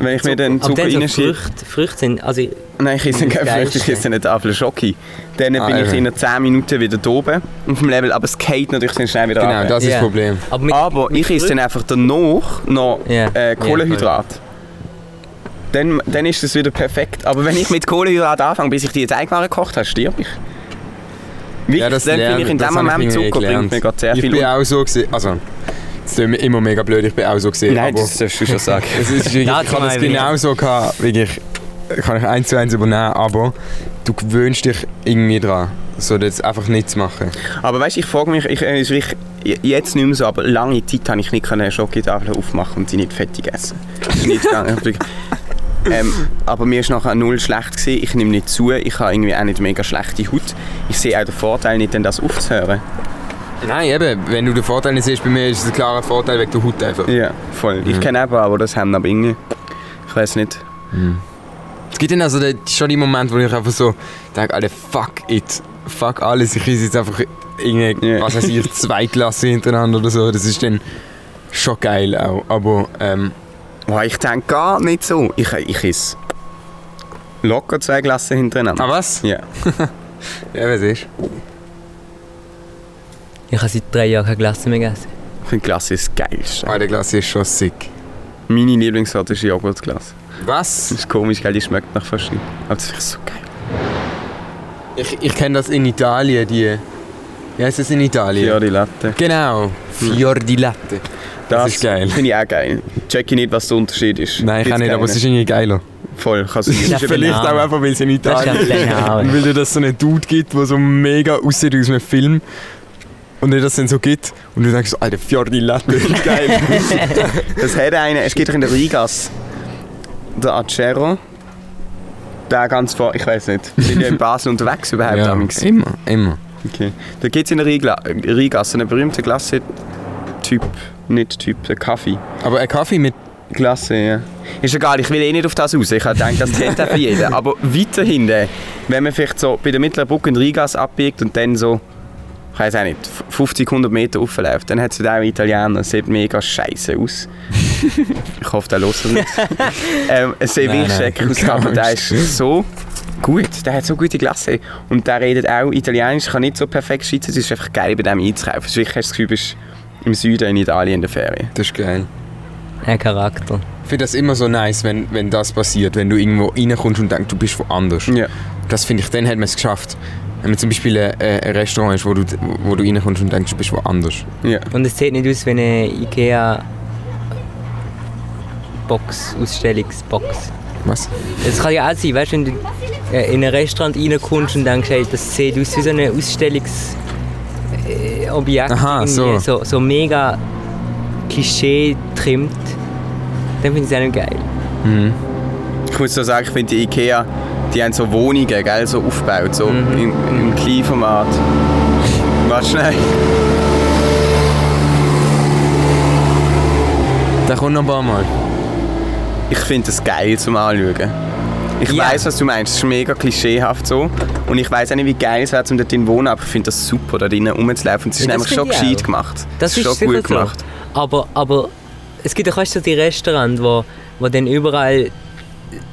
Wenn ich mir dann Aber Zucker dann so reinschiebe... Früchte, Früchte sind, also Nein, ich esse Das keine Früchte, ich Geilste. esse eine Tafel Schoki. Dann Ah, bin ich eben. in 10 Minuten wieder da oben auf dem Level, aber es geht natürlich dann schnell wieder Genau, runter. das ist Ja. das Problem. Aber, mit, Aber mit ich esse dann Früchten- einfach danach noch Ja. äh, Kohlenhydrat. dann, dann ist es wieder perfekt. Aber wenn ich mit Kohlenhydrat anfange, bis ich die jetzt Teigwaren gekocht habe, stirb ich. Wirklich, das dann lerne- bin ich in das dem habe ich Moment irgendwie Zucker, bringt gelernt. mir gerade sehr Ich viel. bin auch so gewesen, also, es tut mir immer mega blöd, ich bin auch so gewesen, Nein, aber... das darfst du schon sagen. Es ist wirklich, Ja, ich kann zumal es wir- genau so gehabt, wirklich, kann ich eins zu eins übernehmen, aber du gewöhnst dich irgendwie dran, so das einfach nicht zu machen. Aber weißt du, ich frage mich, ich, äh, ist wirklich jetzt nicht mehr so, aber lange Zeit habe ich nicht können eine Schokotafel aufmachen und sie nicht fettig essen. Das ist nicht gegangen. Ich bin- ähm, aber mir war nachher null schlecht, gewesen. ich nehme nicht zu, ich habe irgendwie auch nicht mega schlechte Haut. Ich sehe auch den Vorteil nicht, denn das aufzuhören. Nein, eben, wenn du den Vorteil nicht siehst, bei mir ist es ein klarer Vorteil wegen der Haut einfach. Ja, voll. Ich kenne eben aber das haben aber irgendwie, ich weiß nicht. Es gibt dann also den, schon die Momente, wo ich einfach so denke, Alter, fuck it, fuck alles, ich esse jetzt einfach irgendwie, Ja. was weiß ich, zwei Klasse hintereinander oder so, das ist dann schon geil auch, aber ähm, Oh, ich denke gar nicht so. Ich, ich esse locker zwei Glassen hintereinander. ah was? Ja. Ja, was ist? Ich habe seit drei Jahren keine Glasse mehr gegessen. Ich finde Glasse ist das Geilste. Eine Ah, Klasse ist schon sick. Meine Lieblingssorte ist Joghurtglas. Was? Das ist komisch, gell? Die schmeckt nach fast nicht. Aber das ist so geil. Ich, ich kenne das in Italien, die Wie heißt das in Italien? Fiori Latte. Genau, Fior di Latte. Das ist geil. Finde ich auch geil. Check ich nicht, was der Unterschied ist. Nein, ich Gibt's auch nicht, aber es ist irgendwie geiler. keinen. Voll, kann sein. Ja, Ist vielleicht auch Banane. einfach, weil es in Das ist Italien eine ist. Banane. Weil dir das so einen Dude gibt, der so mega aussieht aus einem Film. Und dir das dann so gibt. Und du denkst so, Alter, Fior di Latte, geil. Das hat einen, es gibt doch in der Rigas der Acero. Der ganz vor, ich weiß nicht, sind ja in Basel unterwegs überhaupt ja, damals. immer, immer. Okay. Da gibt es in der Rigla, Rigas einen berühmten Glasse-Typ, nicht Typ, der Kaffee. Aber ein Kaffee mit... Glasse, ja. Ist egal, ich will eh nicht auf das raus. Ich denke, das zählt auch für jeden. Aber weiter hinten, wenn man vielleicht so bei der mittleren Brücke in Rigas abbiegt und dann so, ich weiß auch nicht, 50, 100 Meter raufläuft, dann hat es auch einen Italiener. Es sieht mega scheiße aus. ich hoffe, der hört es nicht. ähm, es sieht Nein, wirklich nein, schrecklich aus, keine aber der Angst. ist so gut. Der hat so gute Glasse. Und der redet auch Italienisch, kann nicht so perfekt Schweizer. Es ist einfach geil, bei dem einzukaufen. Es ist wirklich, hast du das Gefühl, du bist im Süden in Italien in der Ferien. Das ist geil. Ein Charakter. Ich finde das immer so nice, wenn, wenn das passiert, wenn du irgendwo reinkommst und denkst, du bist woanders. Ja. Das finde ich, dann hat man es geschafft. Wenn man zum Beispiel ein, ein ein Restaurant ist, wo du, wo du reinkommst und denkst, du bist woanders. Ja. Und es sieht nicht aus wie eine Ikea Box, Ausstellungsbox. Was? Es kann ja auch sein, weißt du, wenn du äh, in ein Restaurant reinkommst und denkst, hey, das sieht aus wie so ein Ausstellungsobjekt. Aha, so. so. So mega Klischee trimmt. Dann finde ich es auch noch geil. Ich muss so sagen, ich finde die Ikea, die haben so Wohnungen, gell, so aufgebaut, so Mhm. im, im Kleinformat. Warte schnell. Da kommt noch ein paar Mal. Ich finde das geil zum Anschauen. Ich Ja. weiß, was du meinst. Es ist mega klischeehaft so. Und ich weiß auch nicht, wie geil es wäre, um dort drin zu wohnen, aber ich finde das super, da drinnen rumzulaufen. Und Es ist Ja, das nämlich schon finde ich gescheit auch. gemacht. Das es ist, schon sicher gut so. gemacht. Aber, aber es gibt ja fast so die Restaurants, wo, wo dann überall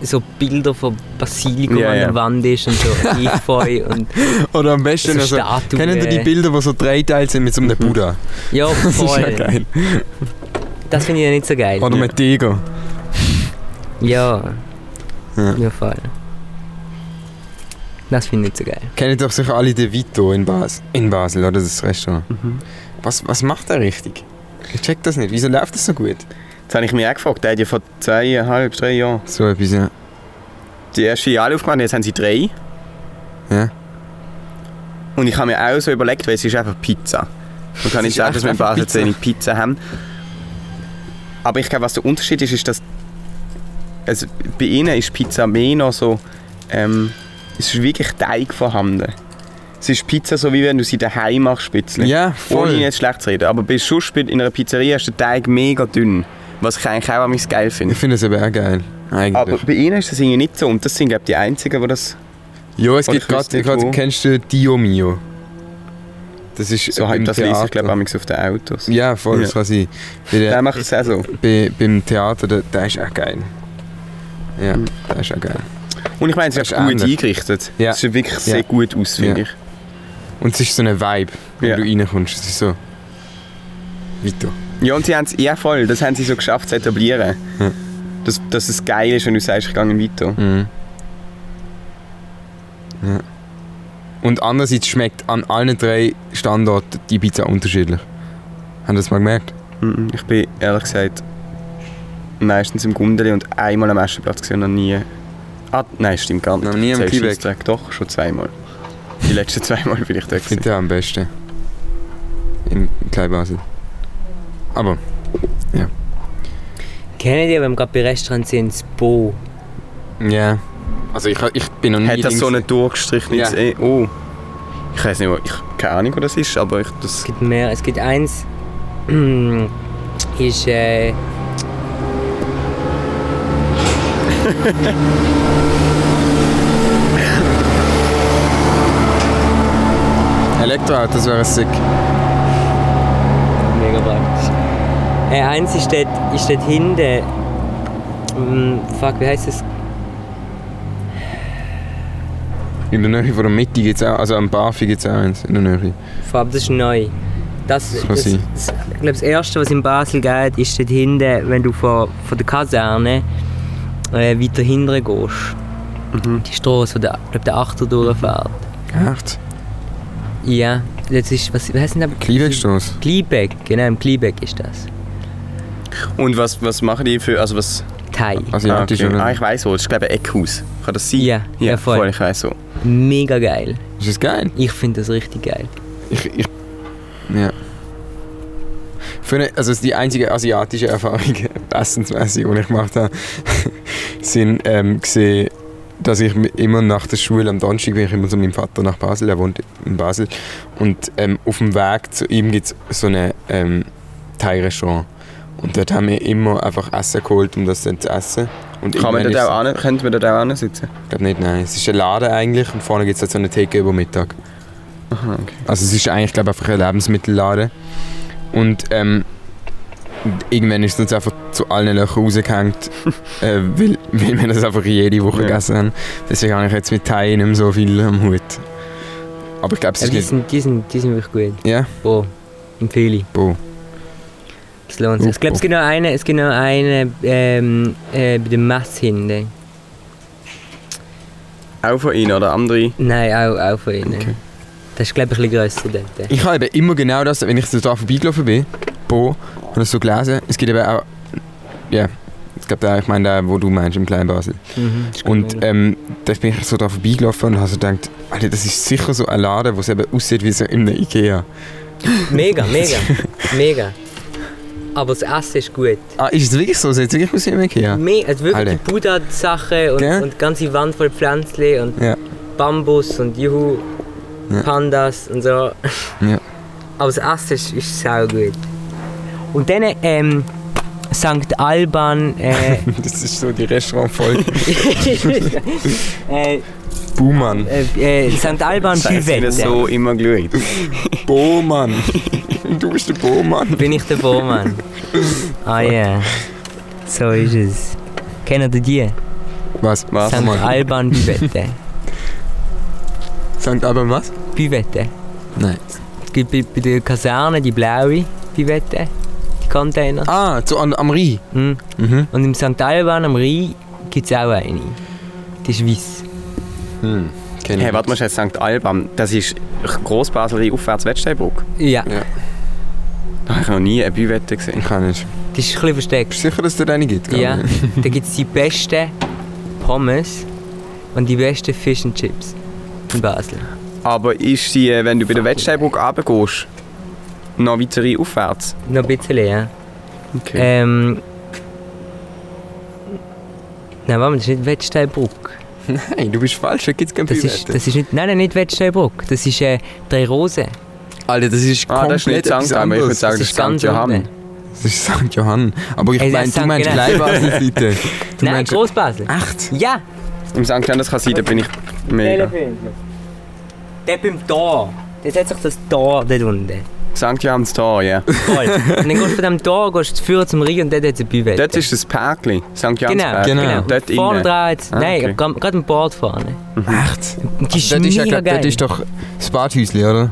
so Bilder von Basilikum Ja, an der ja. Wand ist und so Efeu und Oder am besten, So also, Statuen. kennen ihr die Bilder, die so dreiteilt sind mit so einem Buddha? ja Das ist ja voll. geil. Das finde ich ja nicht so geil. Oder mit Tiger. Ja. Ja. Ja, voll. Das finde ich nicht so geil. Kennen doch sicher alle den Vito in, Bas in Basel, oder? Das ist das Restaurant. Was, was macht er richtig? Ich check das nicht. Wieso läuft das so gut? Das habe ich mich auch gefragt. Der hat ja vor zweieinhalb, drei Jahren So etwas, ja. die erste Filiale aufgemacht. Jetzt haben sie drei. Ja. Und ich habe mir auch so überlegt, weil es ist einfach Pizza. Man kann Es nicht ist sagen, echt dass wir in einfach Basel Pizza. zu wenig Pizza haben. Aber ich glaube, was der Unterschied ist, ist, dass also bei ihnen ist Pizza mehr noch so, ähm, es ist wirklich Teig vorhanden. Es ist Pizza so, wie wenn du sie daheim machst, ein bisschen. Ja, voll. Ohne jetzt schlecht zu reden. Aber bei sonst bei- in einer Pizzeria ist der Teig mega dünn. Was ich eigentlich auch an mich geil finde. Ich finde es aber auch geil. Eigentlich. Aber bei ihnen ist das irgendwie nicht so. Und das sind, glaube ich, die Einzigen, die das ja, es Oder gibt ich wüsste gerade, nicht wo. gerade, kennst du Dio Mio? Das ist so im halb das lese. Ich Theater. glaube, manchmal auf den Autos. Ja, voll, Ja. das kann sein. Bei der, Der macht es auch so. bei, beim Theater, der, der ist auch geil. Ja, Mhm. der ist auch geil. Und ich meine, es Das ist ist einfach gut ähnlich. eingerichtet. Ja. Es sieht wirklich sehr Ja. gut aus, finde Ja. ich. Und es ist so ein Vibe, wenn Ja. du reinkommst. Es ist so. Vito. Ja, und sie haben es, ja voll, das haben sie so geschafft zu etablieren. Ja. Dass, dass es geil ist, wenn du sagst, ich gehe weiter. Mhm. Ja. Und andererseits schmeckt an allen drei Standorten die Pizza unterschiedlich. Haben das mal gemerkt? Mhm. Ich bin ehrlich gesagt meistens im Gundeli und einmal am Aschenplatz gesehen, noch nie. Ah, nein, stimmt gar nicht. Noch nie am Zählst du Quebec? Scheissdreck? Doch, schon zweimal. Die letzten zweimal bin ich da Ich finde den am besten. In Kleinbasel. Aber, Kennen die, wenn wir gerade bei Restaurants sind, das Bo? ja. Also ich, ich bin noch nie... Hat das links- so einen durchgestrichen? Ja. Oh. Ich weiß nicht, wo, ich keine Ahnung, wo das ist, aber ich, das Es gibt mehr. Es gibt eins, ist äh, Elektroauto, das wäre sick. mega praktisch. Äh, eins ist dort, ist dort hinten. Mm, fuck, wie heißt das? In der Nähe von der Mitte gibt es auch, also am Bafi gibt es auch eins in der Nähe. Fab, das ist neu. Das, Das das, kann das, sein. ich glaube, das erste, was in Basel geht, ist dort hinten, wenn du von, von der Kaserne äh, weiter hinten Mhm. gehst. Die Straße, wo der, glaub, der Achter durchfährt. Echt? Ja, das ist, was, was heißt denn das? Kleinwegstoß. Kleeback, genau, im Kleeback ist das. Und was, was machen die für. Also was. Thai. Also ja, ah, die okay. schon. ah, ich weiß wo. Das ist, glaube ich, ein Eckhaus. Kann das sein? Ja, ja, voll. Ich weiß so. Mega geil. Ist das geil? Ich finde das richtig geil. Ich, ich, ja. Für eine, also die einzige asiatische Erfahrung, essensmässig, die ich gemacht habe, sind ähm, gesehen, dass ich mi- immer nach der Schule am Donnerstag bin ich immer zu meinem Vater nach Basel, er wohnt in Basel, und ähm, auf dem Weg zu ihm gibt es so eine ähm, Thai-Restaurant. Und dort haben wir immer einfach Essen geholt, um das dann zu essen. Und Kann man dort irgendwann ist- auch an, könnte man dort auch ansitzen? ich glaube nicht, nein. Es ist ein Laden eigentlich und vorne gibt es halt so eine Theke über Mittag. Aha, okay. Also es ist eigentlich, glaube ich, einfach ein Lebensmittelladen. Und ähm, irgendwann ist es uns einfach zu allen Löchern rausgehängt, äh, weil, weil wir das einfach jede Woche Ja. gegessen haben. Deswegen habe ich jetzt mit Thai nicht mehr so viel am Hut. Aber ich glaube, es Äh, Aber ist die nicht... sind, die, sind, die sind wirklich gut. Ja? Boah, empfehle ich. Boah. Es lohnt sich. Ich glaube, es gibt noch eine, es gibt noch eine ähm, äh, bei dem Mess hinten. Auch von Ihnen oder andere? Nein, auch, auch von innen. Okay. Das ist, glaube ich, ein bisschen grösser dort. Ich habe eben immer genau das, wenn ich so da vorbeigelaufen bin, Bo, habe ich so gelesen, es gibt eben auch... Ja, ich glaube, der- ich meine den, wo du meinst, im kleinen Basel. Mhm, das ist Und gut. ähm, da bin ich so da vorbeigelaufen und habe so gedacht, Alter, das ist sicher so ein Laden, wo es eben aussieht wie so in einer Ikea. mega, mega, mega. Aber das Essen ist gut. Ah, ist es wirklich so? Sieht es wirklich aus wie in einer Ikea? Me also wirklich Alle. die Buddha-Sachen und, Gell? und die ganze Wand voll Pflänzchen und Ja. Bambus und Juhu, Ja. Pandas und so. Ja. Aber das Essen ist, ist sau gut. Und dann ähm, St. Alban. Äh, Das ist so die Restaurantfolge. äh, Buhmann. äh, äh, St. Alban Buvette. das so immer geschaut. Bohmann. Du bist der Bohmann. Bin ich der Bohmann? ah ja. So ist es. Kennt ihr die? Was? Was? St. Mann. Alban Buvette. St. Alban was? Buvette. Nein. Es gibt bei, bei der Kaserne die blaue Buvette. Die Container. Ah, zu an, am Rhein. Mhm. Mhm. Und im St. Alban am Rhein gibt es auch eine. Die ist weiss. Hm. Kenn ich Hey, warte mal, nicht. schnell, St. Alban. Das ist Grossbaselrie aufwärts Wettsteinbrück. Ja, Ja. Da habe ich noch nie eine Büwette gesehen. Ich kann nicht. die ist ein bisschen versteckt. Bist du sicher, dass es dort eine gibt? Ja. da gibt es die besten Pommes und die besten Fish and Chips in Basel. Aber ist die, äh, wenn du bei der Wettsteinbrücke runtergehst, noch weitere aufwärts? Noch ein bisschen, ja. Okay. Ähm. Nein, warte mal, das ist nicht Wettsteinbruck. Nein, du bist falsch, da gibt es keine Das ist, Bivette. das ist nicht. Nein, nein, nicht Wettsteinbruck. Das ist äh, Drei Rosen. Alter, das ist ah, das ist nicht etwas St. Alban, ich würde anderes. sagen, Ah, das ist St. Johann. unten. Das ist St. Johann. Aber ich Es ist meine, St. du meinst Genau. Kleinbaselseite. Du Nein, meinst- Großbasel. Echt? Ja! Im St. Johann, das kann sein, da bin ich mega. Der beim Tor. Jetzt hat sich das Tor dort unten. St. Johanns Tor, ja. Voll. und dann gehst du von dem Tor, gehst du führen zum Rhein und dort hat es eine Bivette. Dort ist das Parkli, St. Johans genau, Parkli. genau. Genau. Dort Vorne innen. dran jetzt. Ah, Nein, okay. gerade gerade am Bord vorne. Echt? Und Die Mhm. ist Das ist ja mega glaub, geil. das ist doch das Badhäuschen, oder?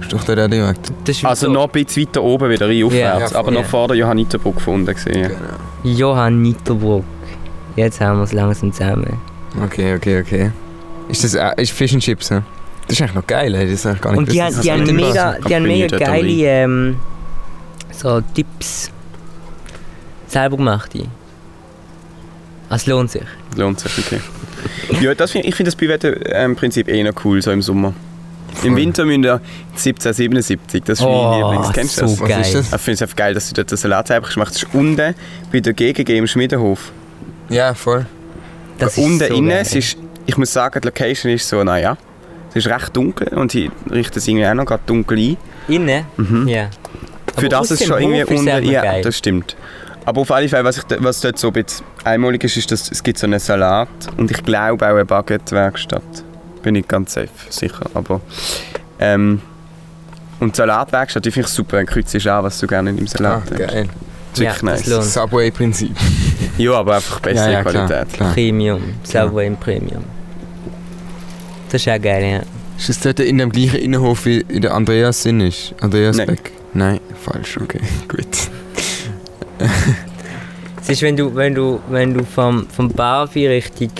Ist doch der direkt. Das ist Also so- noch ein bisschen weiter oben wieder rein aufwärts, Ja. aber noch Ja. vor der Johanniterbrücke gefunden gesehen. Johann Nitterbrock. Jetzt haben wir es langsam zusammen. Okay, okay, okay. Ist das auch- ist Fish and Chips, ne? Das ist eigentlich noch geil, ey. das ist eigentlich gar nicht Und die, gewusst, haben, dass die, das haben mit dem mega, Wasser die haben mega kombiniert hat, geile Henry. ähm, so Tipps selber gemacht. die. Es lohnt sich. Lohnt sich, okay. ja, das find, ich finde das Bivette-Prinzip eh noch cool, so im Sommer. Im Winter müssen wir 1777, das ist mein Lieblings. Kennst du Oh, so das? Was geil. ist das? Ich finde es einfach geil, dass du dort den Salat selber machst. Das ist unten bei der GGG im Schmiedenhof. Ja, voll. Das ist unten so innen, geil. es ist, ich muss sagen, die Location ist so, naja. Es ist recht dunkel und sie richten es irgendwie auch noch gerade dunkel ein. Innen? Ja. Mhm. Für das ist schon irgendwie unten. Ja, das stimmt. Aber auf alle Fälle, was, ich, d- was dort so ein bisschen einmalig ist, ist, dass es gibt so einen Salat und ich glaube auch eine Baguette-Werkstatt. Bin ich ganz safe, sicher. Aber, ähm, und die Salatwerkstatt, die finde ich super. Dann kreuzt du an, was du gerne in deinem Ah, Salat hast. geil. ist wirklich Ja, das nice. lohnt. Subway-Prinzip. Ja, aber einfach bessere Qualität. klar. Premium. Subway im Premium. Das ist auch geil, ja. Ist das dort in dem gleichen Innenhof wie in der Andreas Sinn ist? Andreas Nein. Beck? Nein, falsch, okay, gut. Es ist, wenn du, wenn du, wenn du vom, vom Barfi richtig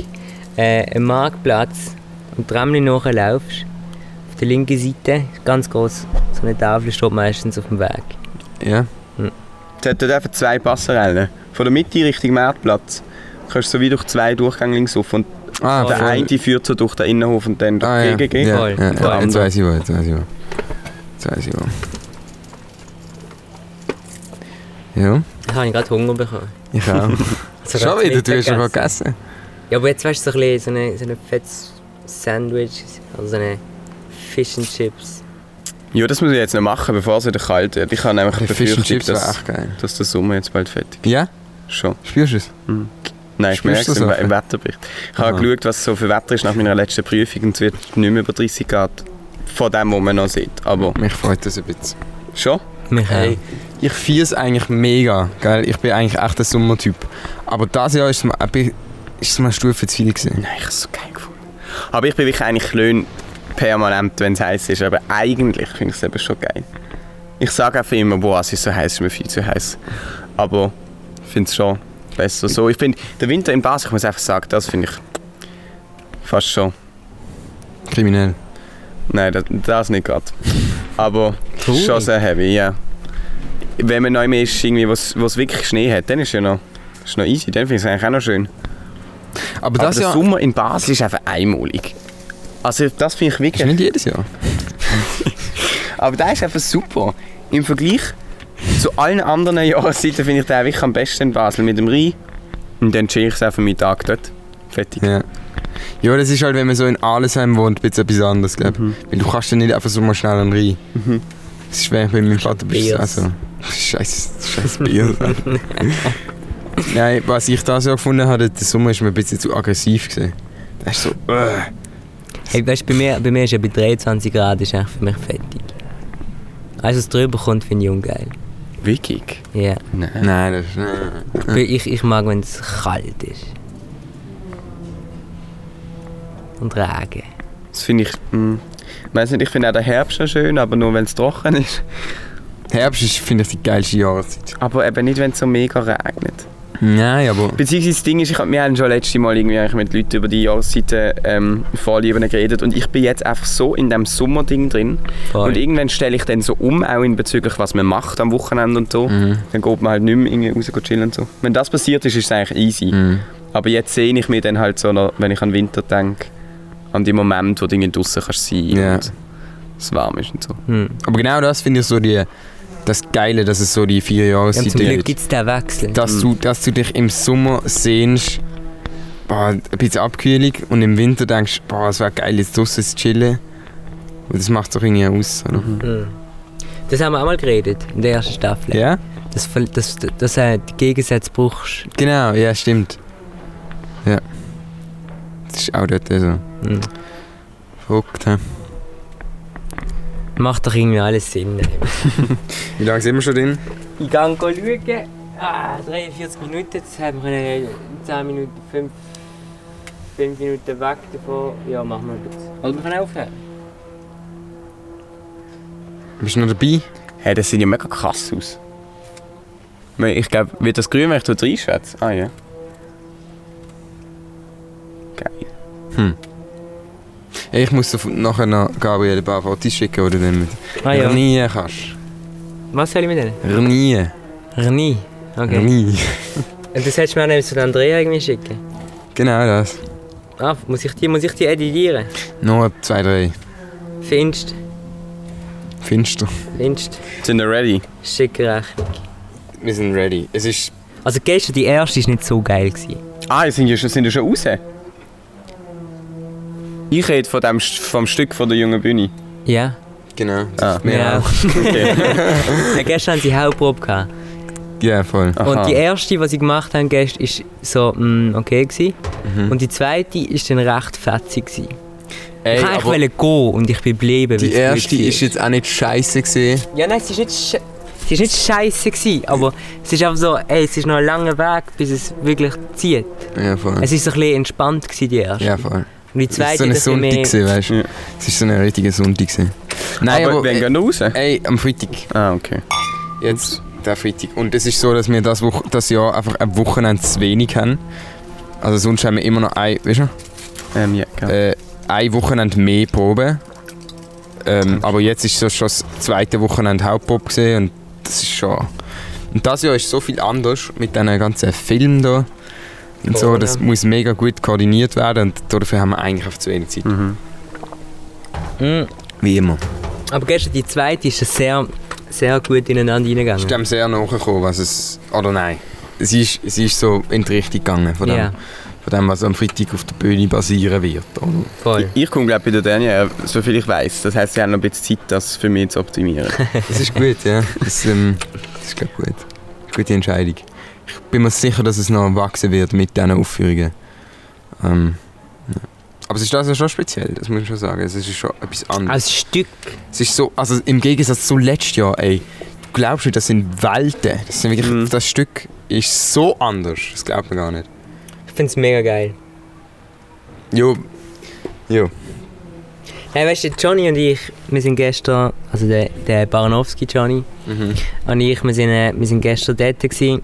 äh, am Marktplatz am Tramli nachlaufst, auf der linken Seite, ganz groß, so eine Tafel steht meistens auf dem Weg. Ja. Hm. Es hat dort einfach zwei Passerellen. Von der Mitte Richtung Marktplatz. Du kannst so wie durch zwei Durchgänge links auf. Und Ah, der voll. eine führt so durch den Innenhof und dann durch Ah, ja. die GGG. ja, Voll, ja. voll. ja. Jetzt weiß ich wo, jetzt weiß ich wo. Jetzt weiß ich wo. Ja, Da habe ich gerade Hunger bekommen. ich auch. Also Schon gerade wieder, du hast schon Mittagessen. gegessen. Ja, aber jetzt weißt du so ein bisschen so ein so eine fettes Sandwich, also so eine Fish and Chips. Ja, das müssen wir jetzt noch machen, bevor es wieder kalt wird. Ich habe nämlich die Fish and Befürchtung, Chips wäre dass, echt geil. dass der Sommer jetzt bald fertig Ja? ist. Schon. Spürst du es? Nein, ich merke Spürst es du im, das auch? im Wetterbericht. Ich habe Aha. geschaut, was es so für Wetter ist nach meiner letzten Prüfung und es wird nicht mehr über 30 Grad von dem, was man noch sieht. Aber Mich freut das ein bisschen. schon. Michael. Ich feiere es eigentlich mega, gell? Ich bin eigentlich echt ein Sommertyp. Aber dieses Jahr ist es mir, ein bi- ist es mir eine Stufe zu viel gewesen. Nein, ich habe es so geil gefunden. Aber ich bin wirklich eigentlich klön permanent, wenn es heiß ist. Aber eigentlich finde ich es eben schon geil. Ich sage einfach immer, boah, es ist so heiß, es ist mir viel zu heiß. Aber ich finde es schon besser so. Ich finde, der Winter in Basel, ich muss einfach sagen, das finde ich fast schon. Kriminell. Nein, das, das nicht gerade. Aber Traurig. schon sehr heavy, ja. Wenn man neu mehr ist, irgendwie, wo es wirklich Schnee hat, dann ist ja noch, ist noch easy. Dann finde ich es eigentlich auch noch schön. Aber Aber das der Jahr Sommer in Basel ist einfach einmalig. Also das finde ich ist wirklich... nicht jedes Jahr. Aber der ist einfach super. Im Vergleich zu allen anderen Jahreszeiten finde ich den wirklich am besten in Basel mit dem Rhein. Und dann chill ich es einfach meinen Tag dort. Fertig. Ja. ja, das ist halt, wenn man so in Allesheim wohnt, ein bisschen etwas anderes, glaub. Mhm. Weil du kannst ja nicht einfach so mal schnell an den Rhein. Mhm. Das ist, wenn ich bei meinem Vater bin. Biers. Also, scheiß, scheiß Bier. Nein, was ich da so gefunden habe, der Sommer ist mir ein bisschen zu aggressiv gewesen. Das ist so... Äh. Hey, weißt du, bei mir, bei mir ist ja bei 23 Grad ist eigentlich für mich fertig. Alles, was drüber kommt, finde ich ungeil. Wirklich? Ja. Nein. Nein, das ist... Nein. Weil Ich, ich mag, wenn es kalt ist. Und Regen. Das finde ich... mm, Ich weiß nicht, ich finde auch den Herbst noch schön, aber nur wenn es trocken ist. Herbst ist, finde ich, die geilste Jahreszeit. Aber eben nicht, wenn es so mega regnet. Nein, aber... Beziehungsweise das Ding ist, ich, hab- wir haben schon letztes Mal irgendwie eigentlich mit Leuten über die Jahreszeiten ähm, Vorlieben geredet und ich bin jetzt einfach so in dem Sommerding drin. Und Voll. irgendwann stelle ich dann so um, auch in bezüglich was man macht am Wochenende und so. Mhm. Dann geht man halt nicht mehr irgendwie raus go chillen und so. Wenn das passiert ist, ist es eigentlich easy. Mhm. Aber jetzt sehe ich mich dann halt so, noch, wenn ich an den Winter denke, an die Momente, wo du irgendwie draußen kannst sein Ja. und es warm ist und so. Hm. Aber genau das finde ich so die... Das Geile, dass es so die vier Ja, Jahreszeiten zum Glück gibt es den Wechsel. dass, du, dass du dich im Sommer sehnst, boah, ein bisschen Abkühlung und im Winter denkst, boah, es wäre geil, jetzt draußen zu chillen. Und das macht doch irgendwie aus, oder? Hm. Das haben wir auch mal geredet in der ersten Staffel. Ja? Dass du das, das, das, äh, die Gegensätze brauchst. Genau, ja, stimmt. Ja. Das ist auch dort so. Hm. Verrückt, hä? Macht doch irgendwie alles Sinn. Wie lange sind wir schon drin? Ich gehe schauen. Ah, 43 Minuten, jetzt haben wir äh, 10 Minuten, 5, 5 Minuten weg davon. Ja, machen wir gut. Oder wir können aufhören. Bist du noch dabei? Hey, das sieht ja mega krass aus. Weil Ich glaube, wird das grün, wenn ich dort reinschwätze? Ah ja. Geil. Ja, Ich muss dir nachher noch Gabriel ein paar Fotos schicken, oder du mit Ah ja. Rnie kannst. Was soll ich mit denen? Rnie. Rni. Okay. Rnie. Und das hättest du mir auch noch zu Andrea irgendwie schicken. Genau das. Ah, muss ich die, muss ich die editieren? Noch zwei, drei. Findest, Finster. findest, Sind wir ready? schick Rechnung. Wir sind ready. Es ist Also gestern, die erste, war nicht so geil. Gewesen. Ah, sind ja schon, sind ja schon raus? Ich rede von dem, St- vom Stück von der jungen Bühne. Ja? Genau. Ah. Mir auch. Okay. ja gestern hatten sie Hauptprobe. Gehabt. Ja, voll. Aha. Und die erste, was ich gemacht habe gestern, war so mm, okay. Gewesen. Mhm. Und die zweite war dann recht fetzig. Gewesen. ich wollte eigentlich aber wollte gehen und ich bin geblieben. die weil es erste gut war. ist jetzt auch nicht scheiße gewesen. Ja, nein, sie ist nicht, sch sie ist nicht scheiße, gewesen, aber es ist einfach so, ey, es ist noch ein langer Weg, bis es wirklich zieht. Ja, voll. Es war so ein bisschen entspannt, gewesen, die erste. Mhm. ja, voll. Und die Es war zweite, so ein Sonntag, das war mehr... gewesen, weißt du. Ja. Es war so ein richtiger Sonntag. Gewesen. Nein, aber, aber, äh, wenn gehen wir raus? ey, am Freitag. Ah, okay. Jetzt, der Freitag. Und es ist so, dass wir das, Woche, das Jahr einfach ein Wochenende zu wenig haben. Also sonst haben wir immer noch ein, weißt du, Ähm, ja, genau. äh, ein Wochenende mehr Probe. Ähm, aber jetzt ist so schon das zweite Wochenende Hauptpop gesehen und das ist schon. Und das Jahr ist so viel anders mit diesen ganzen Filmen da. Und so, Corona. das muss mega gut koordiniert werden und dafür haben wir eigentlich auf zu wenig Zeit. Mhm. Wie immer. Aber gestern die zweite ist sehr, sehr gut ineinander Ist reingegangen. dem sehr nachgekommen, was es. Oder nein. Sie ist, sie ist so in die Richtung gegangen von dem, Ja, von dem, was am Freitag auf der Bühne passieren wird. Oder? voll. Ich komme glaube bei der Daniel, soviel ich weiß. Das heißt, sie haben noch ein bisschen Zeit, das für mich zu optimieren. Das ist gut, ja. Das, ähm, das ist glaub, gut. Gute Entscheidung. Ich bin mir sicher, dass es noch wachsen wird mit diesen Aufführungen. Ähm, ja. Aber es ist also schon speziell, das muss man schon sagen. Es ist schon etwas anderes. Als Stück. Es ist so, also im Gegensatz zu letztes Jahr, ey. Du glaubst nicht, das sind Welten. Das, sind wirklich, Mhm. das Stück ist so anders. Das glaubt man gar nicht. Ich finde es mega geil. Jo. Jo. Hey, weißt du, Johnny und ich, wir sind gestern, also der, der Baranowski Johnny Mhm. und ich, wir sind, äh, wir sind gestern dort gewesen.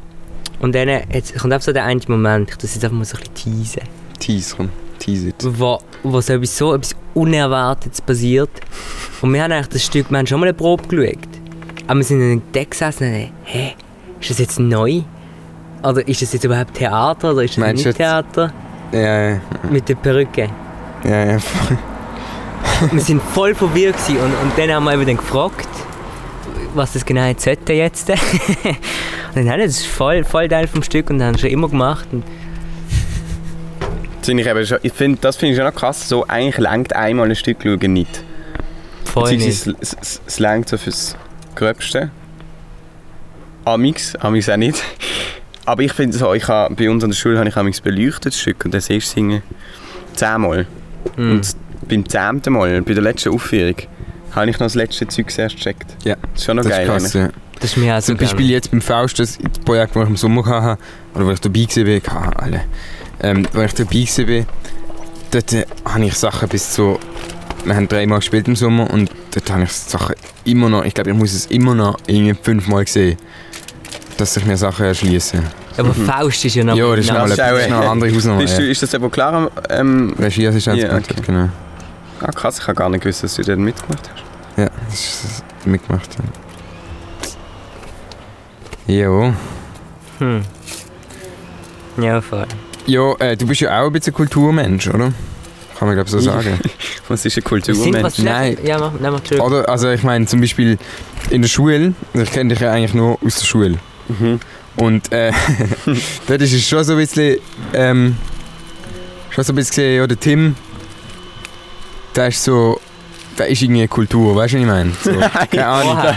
und dann äh, jetzt kommt einfach so der eine Moment, ich das jetzt einfach mal so ein bisschen teasen. Tease, komm. Tease it. wo, wo so etwas so etwas Unerwartetes passiert. Und wir haben eigentlich das Stück, wir haben schon mal eine Probe geschaut. Aber wir sind in den Deck gesessen und haben, hä, ist das jetzt neu? Oder ist das jetzt überhaupt Theater oder ist das Meinst du jetzt- nicht Theater? Ja, ja. Mit der Perücke. Ja, ja. wir sind voll verwirrt gewesen und, und dann haben wir eben dann gefragt, was das genau jetzt sollte jetzt. und dann haben wir das ist voll, voll Teil vom Stück und haben es schon immer gemacht. Und Das finde ich eben schon, ich find, das finde ich schon noch krass. So, eigentlich lenkt einmal ein Stück schauen nicht. voll nicht. Beziehungsweise es- es- Es lenkt so fürs Gröbste. Amix, Amix auch nicht. Aber ich finde so, ich habe, bei uns an der Schule habe ich Amix beleuchtetes Stück und dann siehst du singen zehnmal. Mhm. Mm. Und beim zehnten Mal, bei der letzten Aufführung, habe ich noch das letzte Zeug erst gecheckt. Ja, Das ist schon noch Das geil. ist eigentlich. krass, ja. Das ist mir auch Also so Zum Beispiel jetzt beim Faust, das Projekt, das ich im Sommer hatte, oder wo ich dabei war, hatte, alle, ähm, wo ich dabei war, dort äh, habe ich Sachen bis zu... Wir haben dreimal gespielt im Sommer und dort habe ich Sachen immer noch... Ich glaube, ich muss es immer noch irgendwie fünfmal sehen, dass sich mir Sachen erschließen. Aber Faust ist ja noch Mhm. ja, das ist, noch- nochmal das ist eine- das ist auch- noch eine andere Hausnummer. Bist du, ja. ist das eben klar? Ähm, Regieassistenz Ja, gemacht, okay. genau. ah, krass, ich habe gar nicht gewusst, dass du den mitgemacht hast. Ja, das ist das hat mitgemacht. Ja. Jo. Hm. Ja, voll. Ja, äh, du bist ja auch ein bisschen Kulturmensch, oder? Kann man glaube so Ich- sagen. Was ist ein Wir sind Kulturmensch? was Schlechtes. Ja, mach, nein, mach Entschuldigung. Oder, also ich meine zum Beispiel in der Schule, also, ich kenne dich ja eigentlich nur aus der Schule. Mhm. Und äh, dort ist es schon so ein bisschen, ähm, schon so ein bisschen gesehen, ja, der Tim, der ist so, der ist irgendwie eine Kultur, weißt du, was ich meine? So, keine Ahnung. Oha.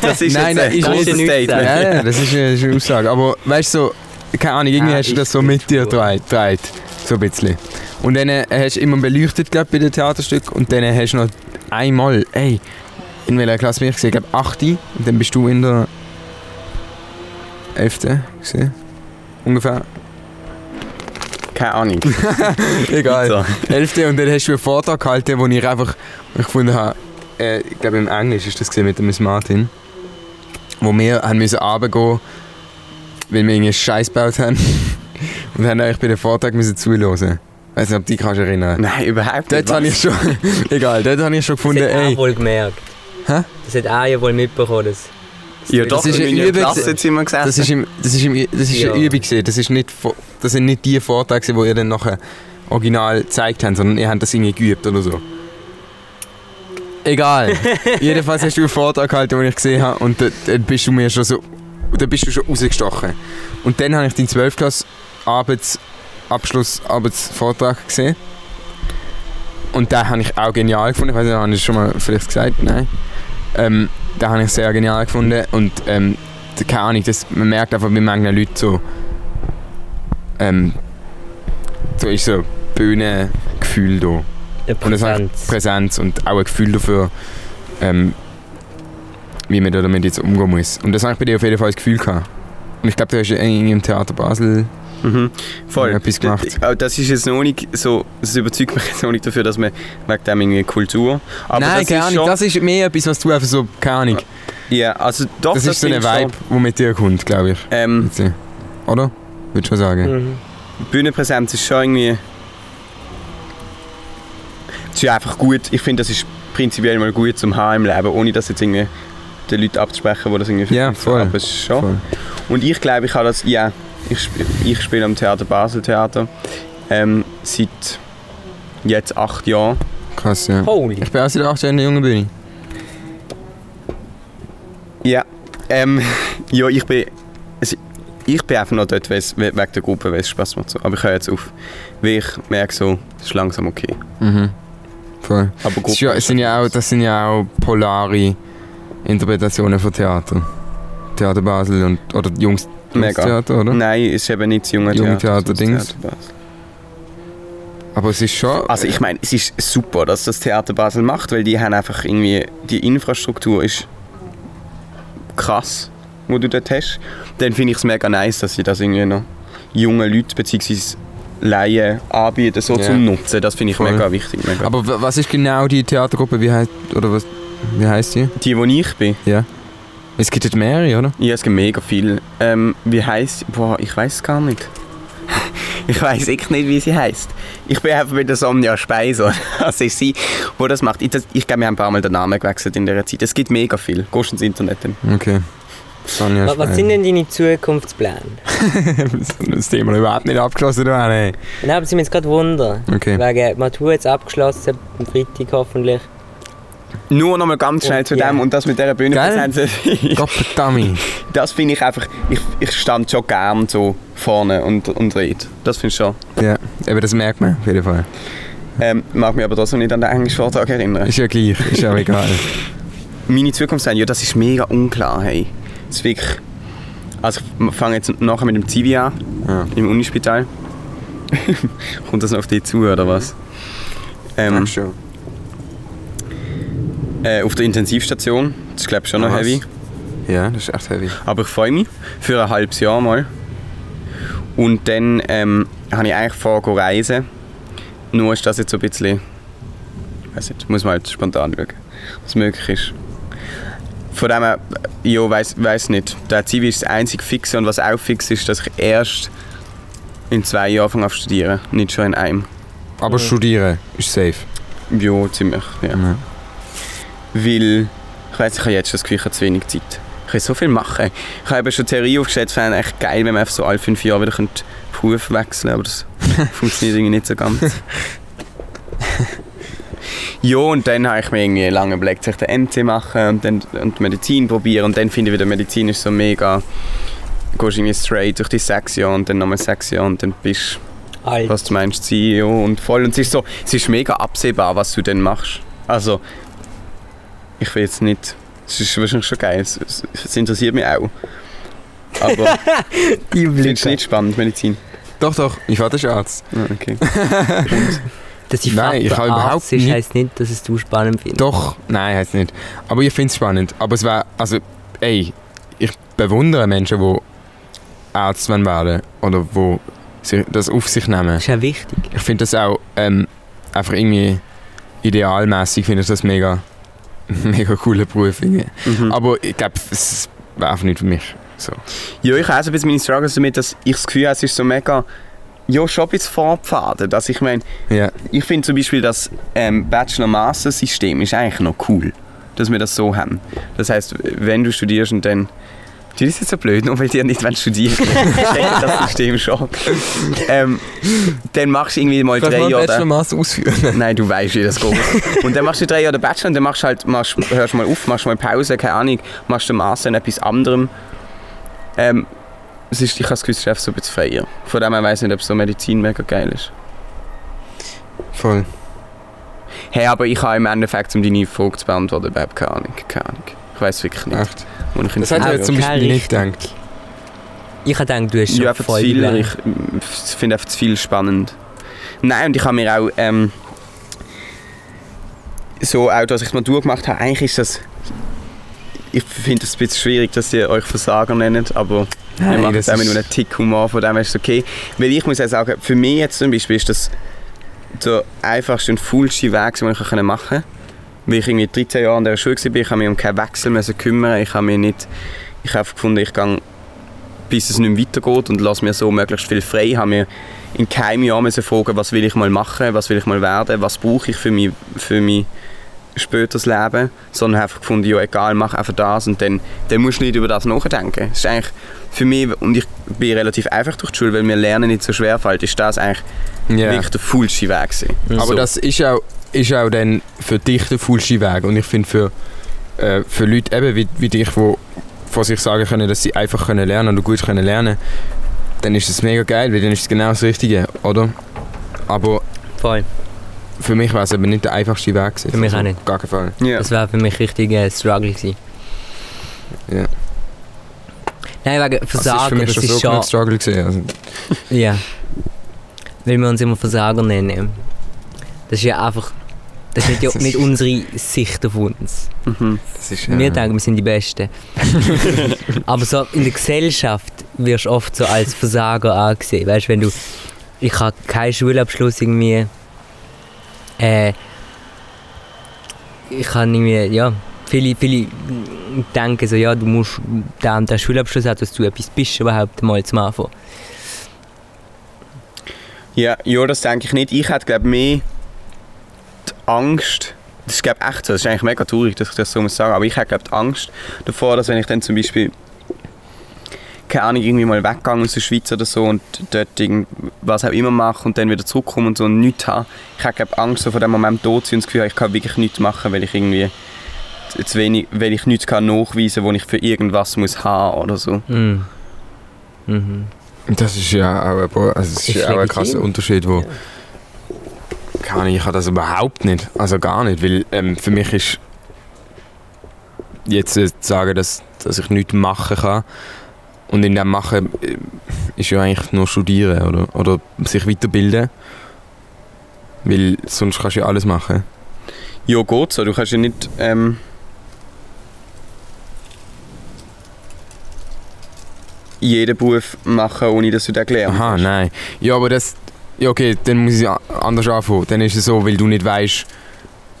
Das ist Ah. Nein, nein, nein, jetzt ein ist- großes ist nichts Statement. Ja, ja, das ist eine, das ist eine Aussage. Aber weißt du, so, keine Ahnung, irgendwie Ah, hast du ist das so gut. mit dir gedreht. So ein bisschen. Und dann äh, hast du immer beleuchtet, glaube bei den Theaterstücken. Und dann hast du noch einmal, ey, in welcher Klasse bin ich gesehen? Ich glaube, 8. Und dann bist du in der 11. gesehen. Ungefähr. Keine Ahnung. Egal. So. 11. Und dann hast du einen Vortrag gehalten, wo ich einfach ich gefunden habe, äh, ich glaube im Englisch ist das gesehen mit dem Miss Martin, wo wir haben müssen runtergehen, weil wir irgendwie Scheiß gebaut haben und haben eigentlich bei dem Vortrag müssen zuhören. Weiß nicht, ob du dich kannst erinnern. Nein, überhaupt nicht. Dort habe ich schon, egal, dort habe ich schon gefunden, das hat ey, er wohl gemerkt. Hä? Das hat er ja wohl mitbekommen. Das, ja, doch, Das ist in eine meiner Übung. Klasse jetzt immer gesagt. das ist im, das ist im, das ist eine Ja. Übung gewesen. Das ist nicht, vo- das sind nicht die Vorträge, gewesen, wo ihr dann nachher original gezeigt habt, sondern ihr habt das irgendwie geübt oder so. Egal. Jedenfalls hast du einen Vortrag gehalten, den ich gesehen habe und dann, dann bist du mir schon so, dann bist du schon rausgestochen. Und dann habe ich deinen 12. Klasse Arbeits, Abschluss Arbeitsvortrag gesehen. Und den habe ich auch genial gefunden. Ich weiß nicht, habe ich das schon mal vielleicht gesagt? Nein. Ähm, den habe ich sehr genial gefunden und ähm, d- keine Ahnung, das, man merkt einfach bei manchen Leuten so, ähm, so ist so Bühnengefühl da. der Und das habe Präsenz. Präsenz und auch ein Gefühl dafür, ähm, wie man da damit jetzt umgehen muss. Und das habe ich bei dir auf jeden Fall das Gefühl gehabt. Und ich glaube, du hast ja irgendwie im Theater Basel. Mhm. Voll. Ja, etwas gemacht. Aber Das ist jetzt noch nicht so, das überzeugt mich jetzt noch nicht dafür, dass man wegen dem irgendwie Kultur. Aber das ist schon, das ist mehr etwas, was du einfach so, keine Ahnung. Ja, also doch, das, ist so ein finde ich Vibe, der mit dir kommt, glaube ich. Schon, ähm, Jetzt, Oder? Würde schon Hm. sagen. Mhm. Bühnenpräsenz ist schon irgendwie. Es ist einfach gut. Ich finde, das ist prinzipiell mal gut zum haben im Leben, ohne das jetzt irgendwie den Leuten abzusprechen, die das irgendwie Ja, voll. Aber es ist schon. Und ich glaube, ich habe das, ja, ich, sp- ich spiele am Theater Basel Theater ähm, seit jetzt acht Jahren. Krass, ja. Holy. Ich bin auch seit 8 Jahren in der jungen Bühne. Ja, ähm, ja, ich bin, also ich bin einfach noch dort weil es- we- wegen der Gruppe, weil es Spaß macht. So. Aber ich höre jetzt auf, weil ich merke so, es ist langsam okay. Mhm. Voll. Aber Das, Gruppe ist ja, ist es sind ja auch, das sind ja auch polare Interpretationen von Theater. Theater Basel und, oder Jungs mega. Ne. Theater, oder? Nein, es ist eben nicht das junge Junge Theater. Theater, sondern das Dings. Theater Basel. Aber es ist schon... Also ich meine, es ist super, dass das Theater Basel macht, weil die haben einfach irgendwie, die Infrastruktur ist krass, wo du dort hast. Dann finde ich es mega nice, dass sie das irgendwie noch jungen Leuten bzw. Laien anbieten, so Ja. zum Nutzen. Das finde ich Voll. mega wichtig. Mega. Aber w- was ist genau die Theatergruppe? Wie heißt oder was? Wie heißt die? Die, wo ich bin, Es gibt jetzt mehrere, oder? ja, es gibt mega viel. Ähm, wie heißt? Boah, ich weiß es gar nicht. Ich weiß echt nicht, wie sie heißt. Ich bin einfach mit der Sonja Speiser. Das ist sie, wo das macht. Ich, das- ich glaube, wir haben ein paar Mal den Namen gewechselt in dieser Zeit. Es gibt mega viel. Gehst ins Internet dann. Okay. Sonja Was, was sind denn deine Zukunftspläne? das Thema überhaupt nicht abgeschlossen, oder? Nein. Nein, aber sie müssen gerade wundern. Okay. Wegen die Matur jetzt abgeschlossen, am Freitag hoffentlich. Nur noch mal ganz schnell Und zu ja. dem und das mit dieser Bühne. Gell? präsentieren. Gottverdammt. Das finde ich einfach. Ich, ich stand schon gern so vorne und, und rede. Das finde ich schon. Ja, eben das merkt man auf jeden Fall. Ähm, mag mich aber trotzdem nicht an den englischen Vortrag erinnern. Ist ja gleich, ist ja auch egal. meine Zukunft sein, ja, das ist mega unklar, hey. Das ist wirklich... Also ich fange jetzt nachher mit dem Zivi an, Ja. im Unispital. Kommt das noch auf dich zu, oder was? Ähm, schon. äh, auf der Intensivstation, das ist glaube ich schon noch Was? heavy. Ja, das ist echt heavy. Aber ich freue mich für ein halbes Jahr mal. Und dann ähm, habe ich eigentlich vor, zu reisen. Nur ist das jetzt so ein bisschen. Ich weiß nicht, muss man halt spontan schauen, was möglich ist. Von dem her, ja, weiß weiß nicht. Der Zivi ist das einzige Fixe und was auch fix ist, dass ich erst in zwei Jahren anfange zu studieren, nicht schon in einem. Aber studieren ist safe. Ja, ziemlich, ja. Ja. Weil, ich weiß, ich habe jetzt schon das Gefühl, ich habe zu wenig Zeit. Ich kann so viel machen. Ich habe eben schon die Theorie aufgestellt, es wäre echt geil, wenn man einfach so alle fünf Jahre wieder könnte Beruf wechseln aber das funktioniert irgendwie nicht so ganz. ja, und dann habe ich mir irgendwie lange überlegt, soll ich den MC machen und dann und Medizin probieren und dann finde ich wieder, Medizin ist so mega... Du gehst irgendwie straight durch die sechs Jahre und dann nochmal sechs Jahre und dann bist Alt. was du meinst, CEO und voll. Und es ist so, es ist mega absehbar, was du denn machst. Also, ich will jetzt nicht, es ist wahrscheinlich schon geil, es, es, es interessiert mich auch. Aber Die findest du nicht spannend, Medizin? Doch, doch, ich war der Arzt. Ah, Okay. Dass ich Nein, Vater ich habe überhaupt Arzt ist, nicht- heisst nicht, dass es du spannend findest. Doch, nein, heißt nicht. Aber ich finde es spannend. Aber es wäre, also, ey, ich bewundere Menschen, die Ärzte werden wollen oder die sich- das auf sich nehmen. Das ist ja wichtig. Ich finde das auch ähm, einfach irgendwie idealmäßig finde ich das mega, mega cooler Beruf. Irgendwie. Mhm. Aber ich glaube, es wäre einfach nicht für mich. So. Ja, ich habe auch so ein bisschen meine Struggles damit, dass ich das Gefühl habe, es ist so mega, ja, schon ein bisschen vorgepfaden. Dass ich meine, Ja, ich finde zum Beispiel das ähm, Bachelor-Master-System ist eigentlich noch cool, dass wir das so haben. Das heißt, wenn du studierst und dann Du bist jetzt so blöd, nur weil die ja nicht wollen studieren Ich denke, das System schon. Ähm, dann machst du irgendwie mal drei Jahre. Master ausführen. Nein, du weißt, wie das geht. Und dann machst du drei Jahre den Bachelor und dann machst du halt, machst, hörst mal auf, machst mal Pause, keine Ahnung, machst den Master in etwas anderem. Ähm, es ist, ich habe das Gefühl, es ist einfach so ein bisschen freier. Von dem her weiss ich nicht, ob so Medizin mega geil ist. Voll. Hey, aber ich habe im Endeffekt, um deine Frage zu beantworten, überhaupt keine Ahnung. Keine Ahnung. Ich weiß wirklich nicht. Echt. Wo ich in Das hätte ich Aber jetzt zum keine Beispiel nicht Richtung. gedacht. Ich habe gedacht, du hast schon ja, einfach zu voll die viel. Pläne. Ich mm, f- finde einfach zu viel spannend. Nein, und ich habe mir auch ähm, so, auch dass ich die Matur gemacht habe, eigentlich ist das. Ich finde es ein bisschen schwierig, dass ihr euch Versager nennt, aber wir machen es das auch mit ist- einem Tick Humor, von dem her ist es okay. Weil ich muss auch sagen, für mich jetzt zum Beispiel ist das der einfachste und coolste Weg, den ich machen konnte. Weil ich irgendwie 13 Jahre an dieser Schule war, ich habe mich um keinen Wechsel müssen kümmern. Ich habe mich nicht... Ich habe einfach gefunden, ich gehe, bis es nicht mehr weitergeht und lasse mir so möglichst viel frei. Ich habe mir in keinem Jahr müssen fragen, was will ich mal machen, was will ich mal werden, was brauche ich für, mich, für, mich, späteres Leben, sondern einfach gefunden, ja egal, mach einfach das und dann, dann musst du nicht über das nachdenken. Das ist eigentlich für mich, und ich bin relativ einfach durch die Schule, weil mir Lernen nicht so schwer fällt, ist das eigentlich Ja. wirklich der fullste Weg gewesen. Aber So. das ist auch, ist auch dann für dich der falsche Weg. Und ich finde für, äh, für Leute eben wie, wie dich, die von sich sagen können, dass sie einfach können lernen und gut können lernen, dann ist das mega geil, weil dann ist es genau das Richtige, oder? Aber Voll. für mich war es eben nicht der einfachste Weg. gewesen. Für mich auch nicht. Auf Gar keinen Fall. Ja. Das wäre für mich richtig ein Struggle gewesen. Ja. Nein, Das Also wegen ist für Versagen, mich das schon ist so schon... ein Struggle gewesen. Also, Ja. Weil wir uns immer Versager nennen. Das ist ja einfach... Das ist nicht, ja- nicht unsere Sicht auf uns. Mhm. das ist, Wir äh, denken, wir sind die Besten. Aber so in der Gesellschaft wirst du oft so als Versager angesehen. Weißt du, wenn du. Ich habe keinen Schulabschluss irgendwie. Äh, ich kann irgendwie. Ja, viele, viele denken so, ja, du musst den und den Schulabschluss haben, dass du etwas bist überhaupt mal zum Anfang. Ja, ja, das denke ich nicht. Ich hätte, glaube mehr die Angst, das ist, glaube echt so, das ist eigentlich mega traurig, dass ich das so muss sagen, aber ich hätte, glaube die Angst davor, dass wenn ich dann zum Beispiel, keine Ahnung, irgendwie mal weggegangen aus der Schweiz oder so und dort irgend- was auch immer mache und dann wieder zurückkomme und so und nichts habe, ich hätte, glaube Angst, so von dem Moment tot zu sein und das Gefühl, habe, ich kann wirklich nichts machen, weil ich irgendwie zu wenig, weil ich nichts kann nachweisen kann, wo ich für irgendwas muss haben oder so. Mhm. Mhm. Das ist ja auch ein, Bo- also das ist Ist ja auch ein legitim. krasser Unterschied, wo... Keine Ahnung, ich habe das überhaupt nicht. Also gar nicht, weil ähm, für mich ist... Jetzt äh, zu sagen, dass, dass ich nichts machen kann und in dem Machen äh, ist ja eigentlich nur studieren oder, oder sich weiterbilden. Weil sonst kannst du ja alles machen. Ja, geht so. Du kannst ja nicht. Ähm, jeden Beruf machen, ohne dass du den gelernt Aha, hast. nein. Ja, aber das... Ja, okay, dann muss ich a- anders anfangen. Dann ist es so, weil du nicht weißt,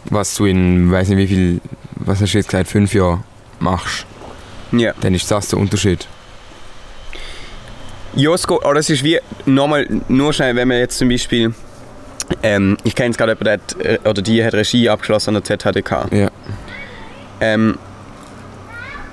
was du in, weiß nicht wie viel, was hast du jetzt gesagt, fünf Jahren machst. Ja. Dann ist das der Unterschied. Ja, es geht. Aber es ist wie, nochmal, nur schnell, wenn man jetzt zum Beispiel. Ähm, ich kenne es gerade jemanden, der hat, äh, oder die hat Regie abgeschlossen an der ZHDK. Ja. Ähm,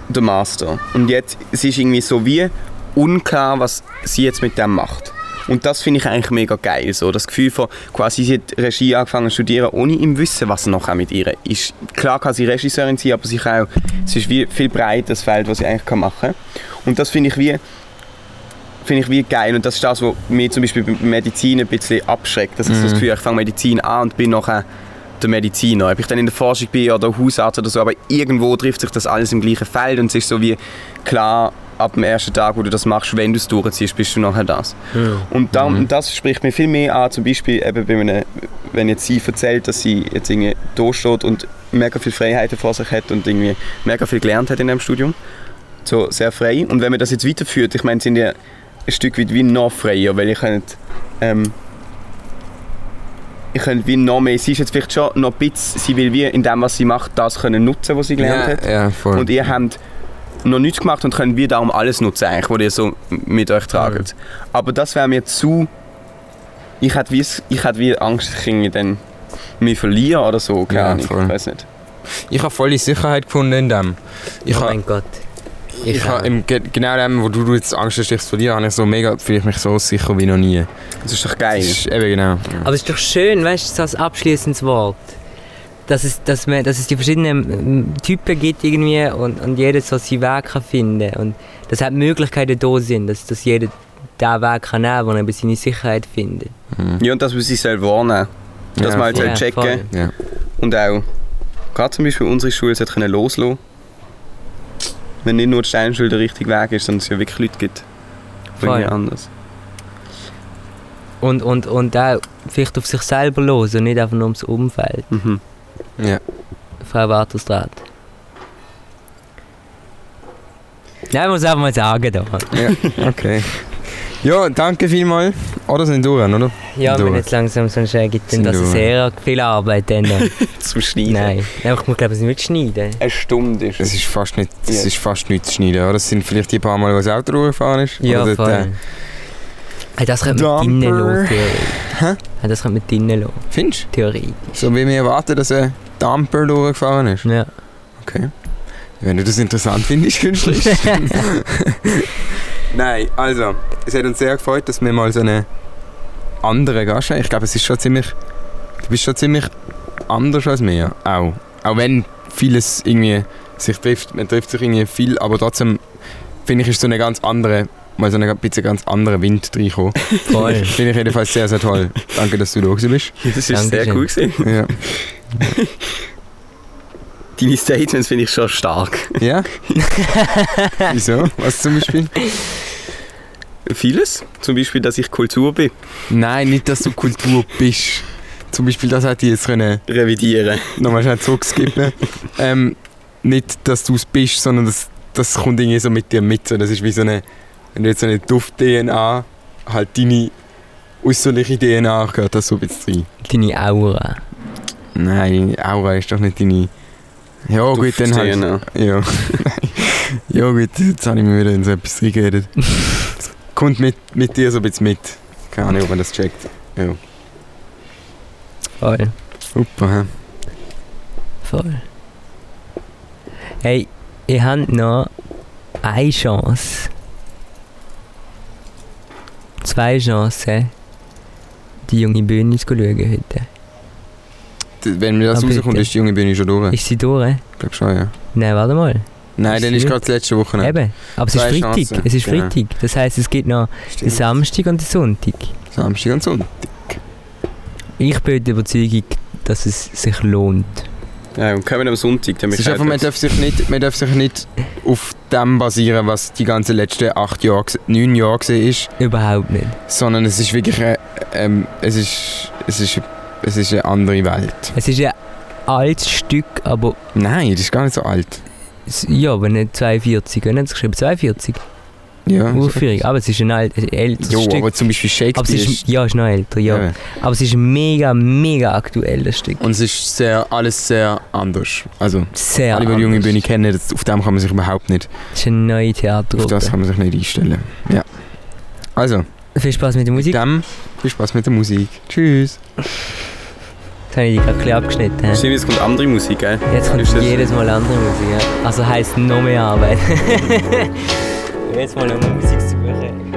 der Master. Und jetzt es ist irgendwie so wie unklar, was sie jetzt mit dem macht. Und das finde ich eigentlich mega geil. So. Das Gefühl von, quasi sie hat Regie angefangen zu studieren, ohne im Wissen, was nachher mit ihr ist. Klar kann sie Regisseurin sein, aber sie kann auch, es ist wie viel breiteres Feld, was sie eigentlich kann machen kann. Und das finde ich wie finde ich wie geil und das ist das, was mich zum Beispiel bei Medizin ein bisschen abschreckt. Dass ich so das Gefühl habe, ich fange Medizin an und bin nachher der Mediziner. Ob ich dann in der Forschung bin oder Hausarzt oder so, aber irgendwo trifft sich das alles im gleichen Feld und es ist so wie klar, ab dem ersten Tag, wo du das machst, wenn du es durchziehst, bist du nachher das. Und darum, das spricht mir viel mehr an, zum Beispiel eben bei einem, wenn jetzt sie erzählt, dass sie jetzt irgendwie da steht und mega viel Freiheiten vor sich hat und irgendwie mega viel gelernt hat in dem Studium. So sehr frei. Und wenn man das jetzt weiterführt, ich meine, sind ja ein Stück weit wie noch freier, weil ich könnte, ähm, ich könnte wie noch mehr, sie ist jetzt vielleicht schon noch ein bisschen, sie will wie in dem, was sie macht, das können nutzen, was sie gelernt hat. ja, ja, voll. Und ihr habt noch nichts gemacht und könnt wir darum alles nutzen, eigentlich, was ihr so mit euch tragt. Aber das wäre mir zu. Ich hätte wie, ich hätte wie Angst, ich irgendwie dann mich verlieren oder so. Keine Ja, Ahnung, voll. ich weiß nicht. ich habe voll die Sicherheit gefunden in dem. Ich oh habe mein Gott. ich Ich habe auch. im, ge- genau dem, wo du du jetzt Angst hast, dich zu verlieren, habe ich so mega, fühle ich mich so sicher wie noch nie. Das ist doch Das geil. ist eben genau. Aber es ist doch schön, weißt du, so als abschließendes Wort. Dass es, dass, man, dass es die verschiedenen ähm, Typen gibt irgendwie und, und jeder so seinen Weg kann finden Und dass halt Möglichkeiten da sind, dass, dass jeder den Weg kann nehmen kann, wo er eben seine Sicherheit findet. Ja, und dass man sich selber warnen soll. Dass Ja, man halt voll. soll checken voll. Ja. und auch, gerade zum Beispiel unsere Schule, es hat können loslassen Wenn nicht nur die Steinschule der richtige Weg ist, sondern es ja wirklich Leute gibt. Voll. Irgendwie anders. Und, und, und auch vielleicht auf sich selber los und nicht einfach nur ums Umfeld. Mhm. ja. Frau Wartestraat. Nein, ich muss einfach mal sagen da. Okay. Ja, danke vielmals. Oder sind wir durch, oder? Ja, Du. wenn jetzt langsam so ein Schäg gibt, Sind dann das du. ist sehr viel Arbeit dann. noch. Zum Schneiden. Nein. Einfach mal glaube ich nicht schneiden. Eine Stunde ist Es es. ist fast nicht, Ja. es ist fast nichts zu schneiden, oder? Es sind vielleicht die paar Mal, wo das Auto durchgefahren ist. Ja, oder voll. dort, äh, Also, Hey, das könnte man Dumper. drinnen lassen, theoretisch. Hey, das könnte man drinnen lassen, Findest theoretisch. du? So wie wir erwarten, dass äh, die Ampel durchgefahren ist. Ja. Okay. Wenn du das interessant findest, künstlich. Nein, also, es hat uns sehr gefreut, dass wir mal so einen anderen Gast haben. Ich glaube, es ist schon ziemlich. Du bist schon ziemlich anders als wir. Auch. Auch wenn vieles irgendwie sich trifft. Man trifft sich irgendwie viel, aber trotzdem finde ich, ist so eine ganz andere. Mal so ein bisschen ganz anderer Wind reinkommen. Voll. Finde ich jedenfalls sehr, sehr toll. Danke, dass du da gewesen bist. Das ist sehr Dankeschön. cool gewesen. Ja. Deine Statements finde ich schon stark. Ja? Wieso? Was zum Beispiel? Vieles. Zum Beispiel, dass ich Kultur bin. Nein, nicht, dass du Kultur bist. Zum Beispiel, das hätte ich jetzt können, Revidieren. nochmal schnell zurückskippen ähm, Nicht, dass du es bist, sondern das, das kommt irgendwie so mit dir mit. So, das ist wie so eine, wenn du jetzt so eine Duft-DNA, halt deine äußerliche DNA gehört das so ein bisschen rein. Deine Aura. Nein, Aura ist doch nicht deine... Ja gut, dann halt... Duftszene. Ja. ja gut, jetzt habe ich mir wieder in so etwas reingeredet. Das kommt mit, mit dir so ein bisschen mit. Keine Ahnung, ob man das checkt. Voll. Super, hä? Voll. Hey, ihr habt noch eine Chance. Zwei Chancen, die junge Bühne zu schauen heute. D- Wenn mir das Ah, bitte. rauskommt, ist die junge Bühne schon durch. Ich Ist sie durch? glaube schon, ja. Nein, warte mal. Nein, Ist dann sie ist gut? gerade die letzte Woche. Eben. Aber es ist Zwei Freitag. Chancen, Es ist genau. Freitag. Das heisst, es gibt noch den Stimmt. Samstag und den Sonntag. Samstag und Sonntag. Ich bin der Überzeugung, dass es sich lohnt. Ja, und kommen am Sonntag. Dann Es ist einfach, man darf, sich nicht, man darf sich nicht auf dem basieren, was die ganzen letzten acht Jahre, gse- neun Jahre gesehen ist, Überhaupt nicht. sondern es ist wirklich äh, ähm, es ist, es ist, es ist eine andere Welt. Es ist ein altes Stück, aber Nein, das ist gar nicht so alt. s- ja, wenn nicht 42, wenn es geschrieben 42, Ja, Urführung, aber es ist ein alt, ein älteres jo, Stück. aber zum Beispiel Aber es Shakespeare ist, ja, ist noch älter, ja. eben. Aber es ist ein mega, mega aktuelles Stück. Und es ist sehr, alles sehr anders. Also, Sehr alle, die die junge anders. Bühne kennen, das, auf dem kann man sich überhaupt nicht Es ist eine neue Auf das Theatergruppe. kann man sich nicht einstellen. Ja. Also, Viel Spaß mit der Musik. Das dann viel Spaß mit der Musik. Tschüss. habe ich dich gerade ein bisschen abgeschnitten. hä? Wahrscheinlich es kommt andere Musik, gell? Jetzt kommt Ist das- jedes Mal andere Musik. Ja. Also heisst noch mehr Arbeit. jetzt mal eine Musik suchen.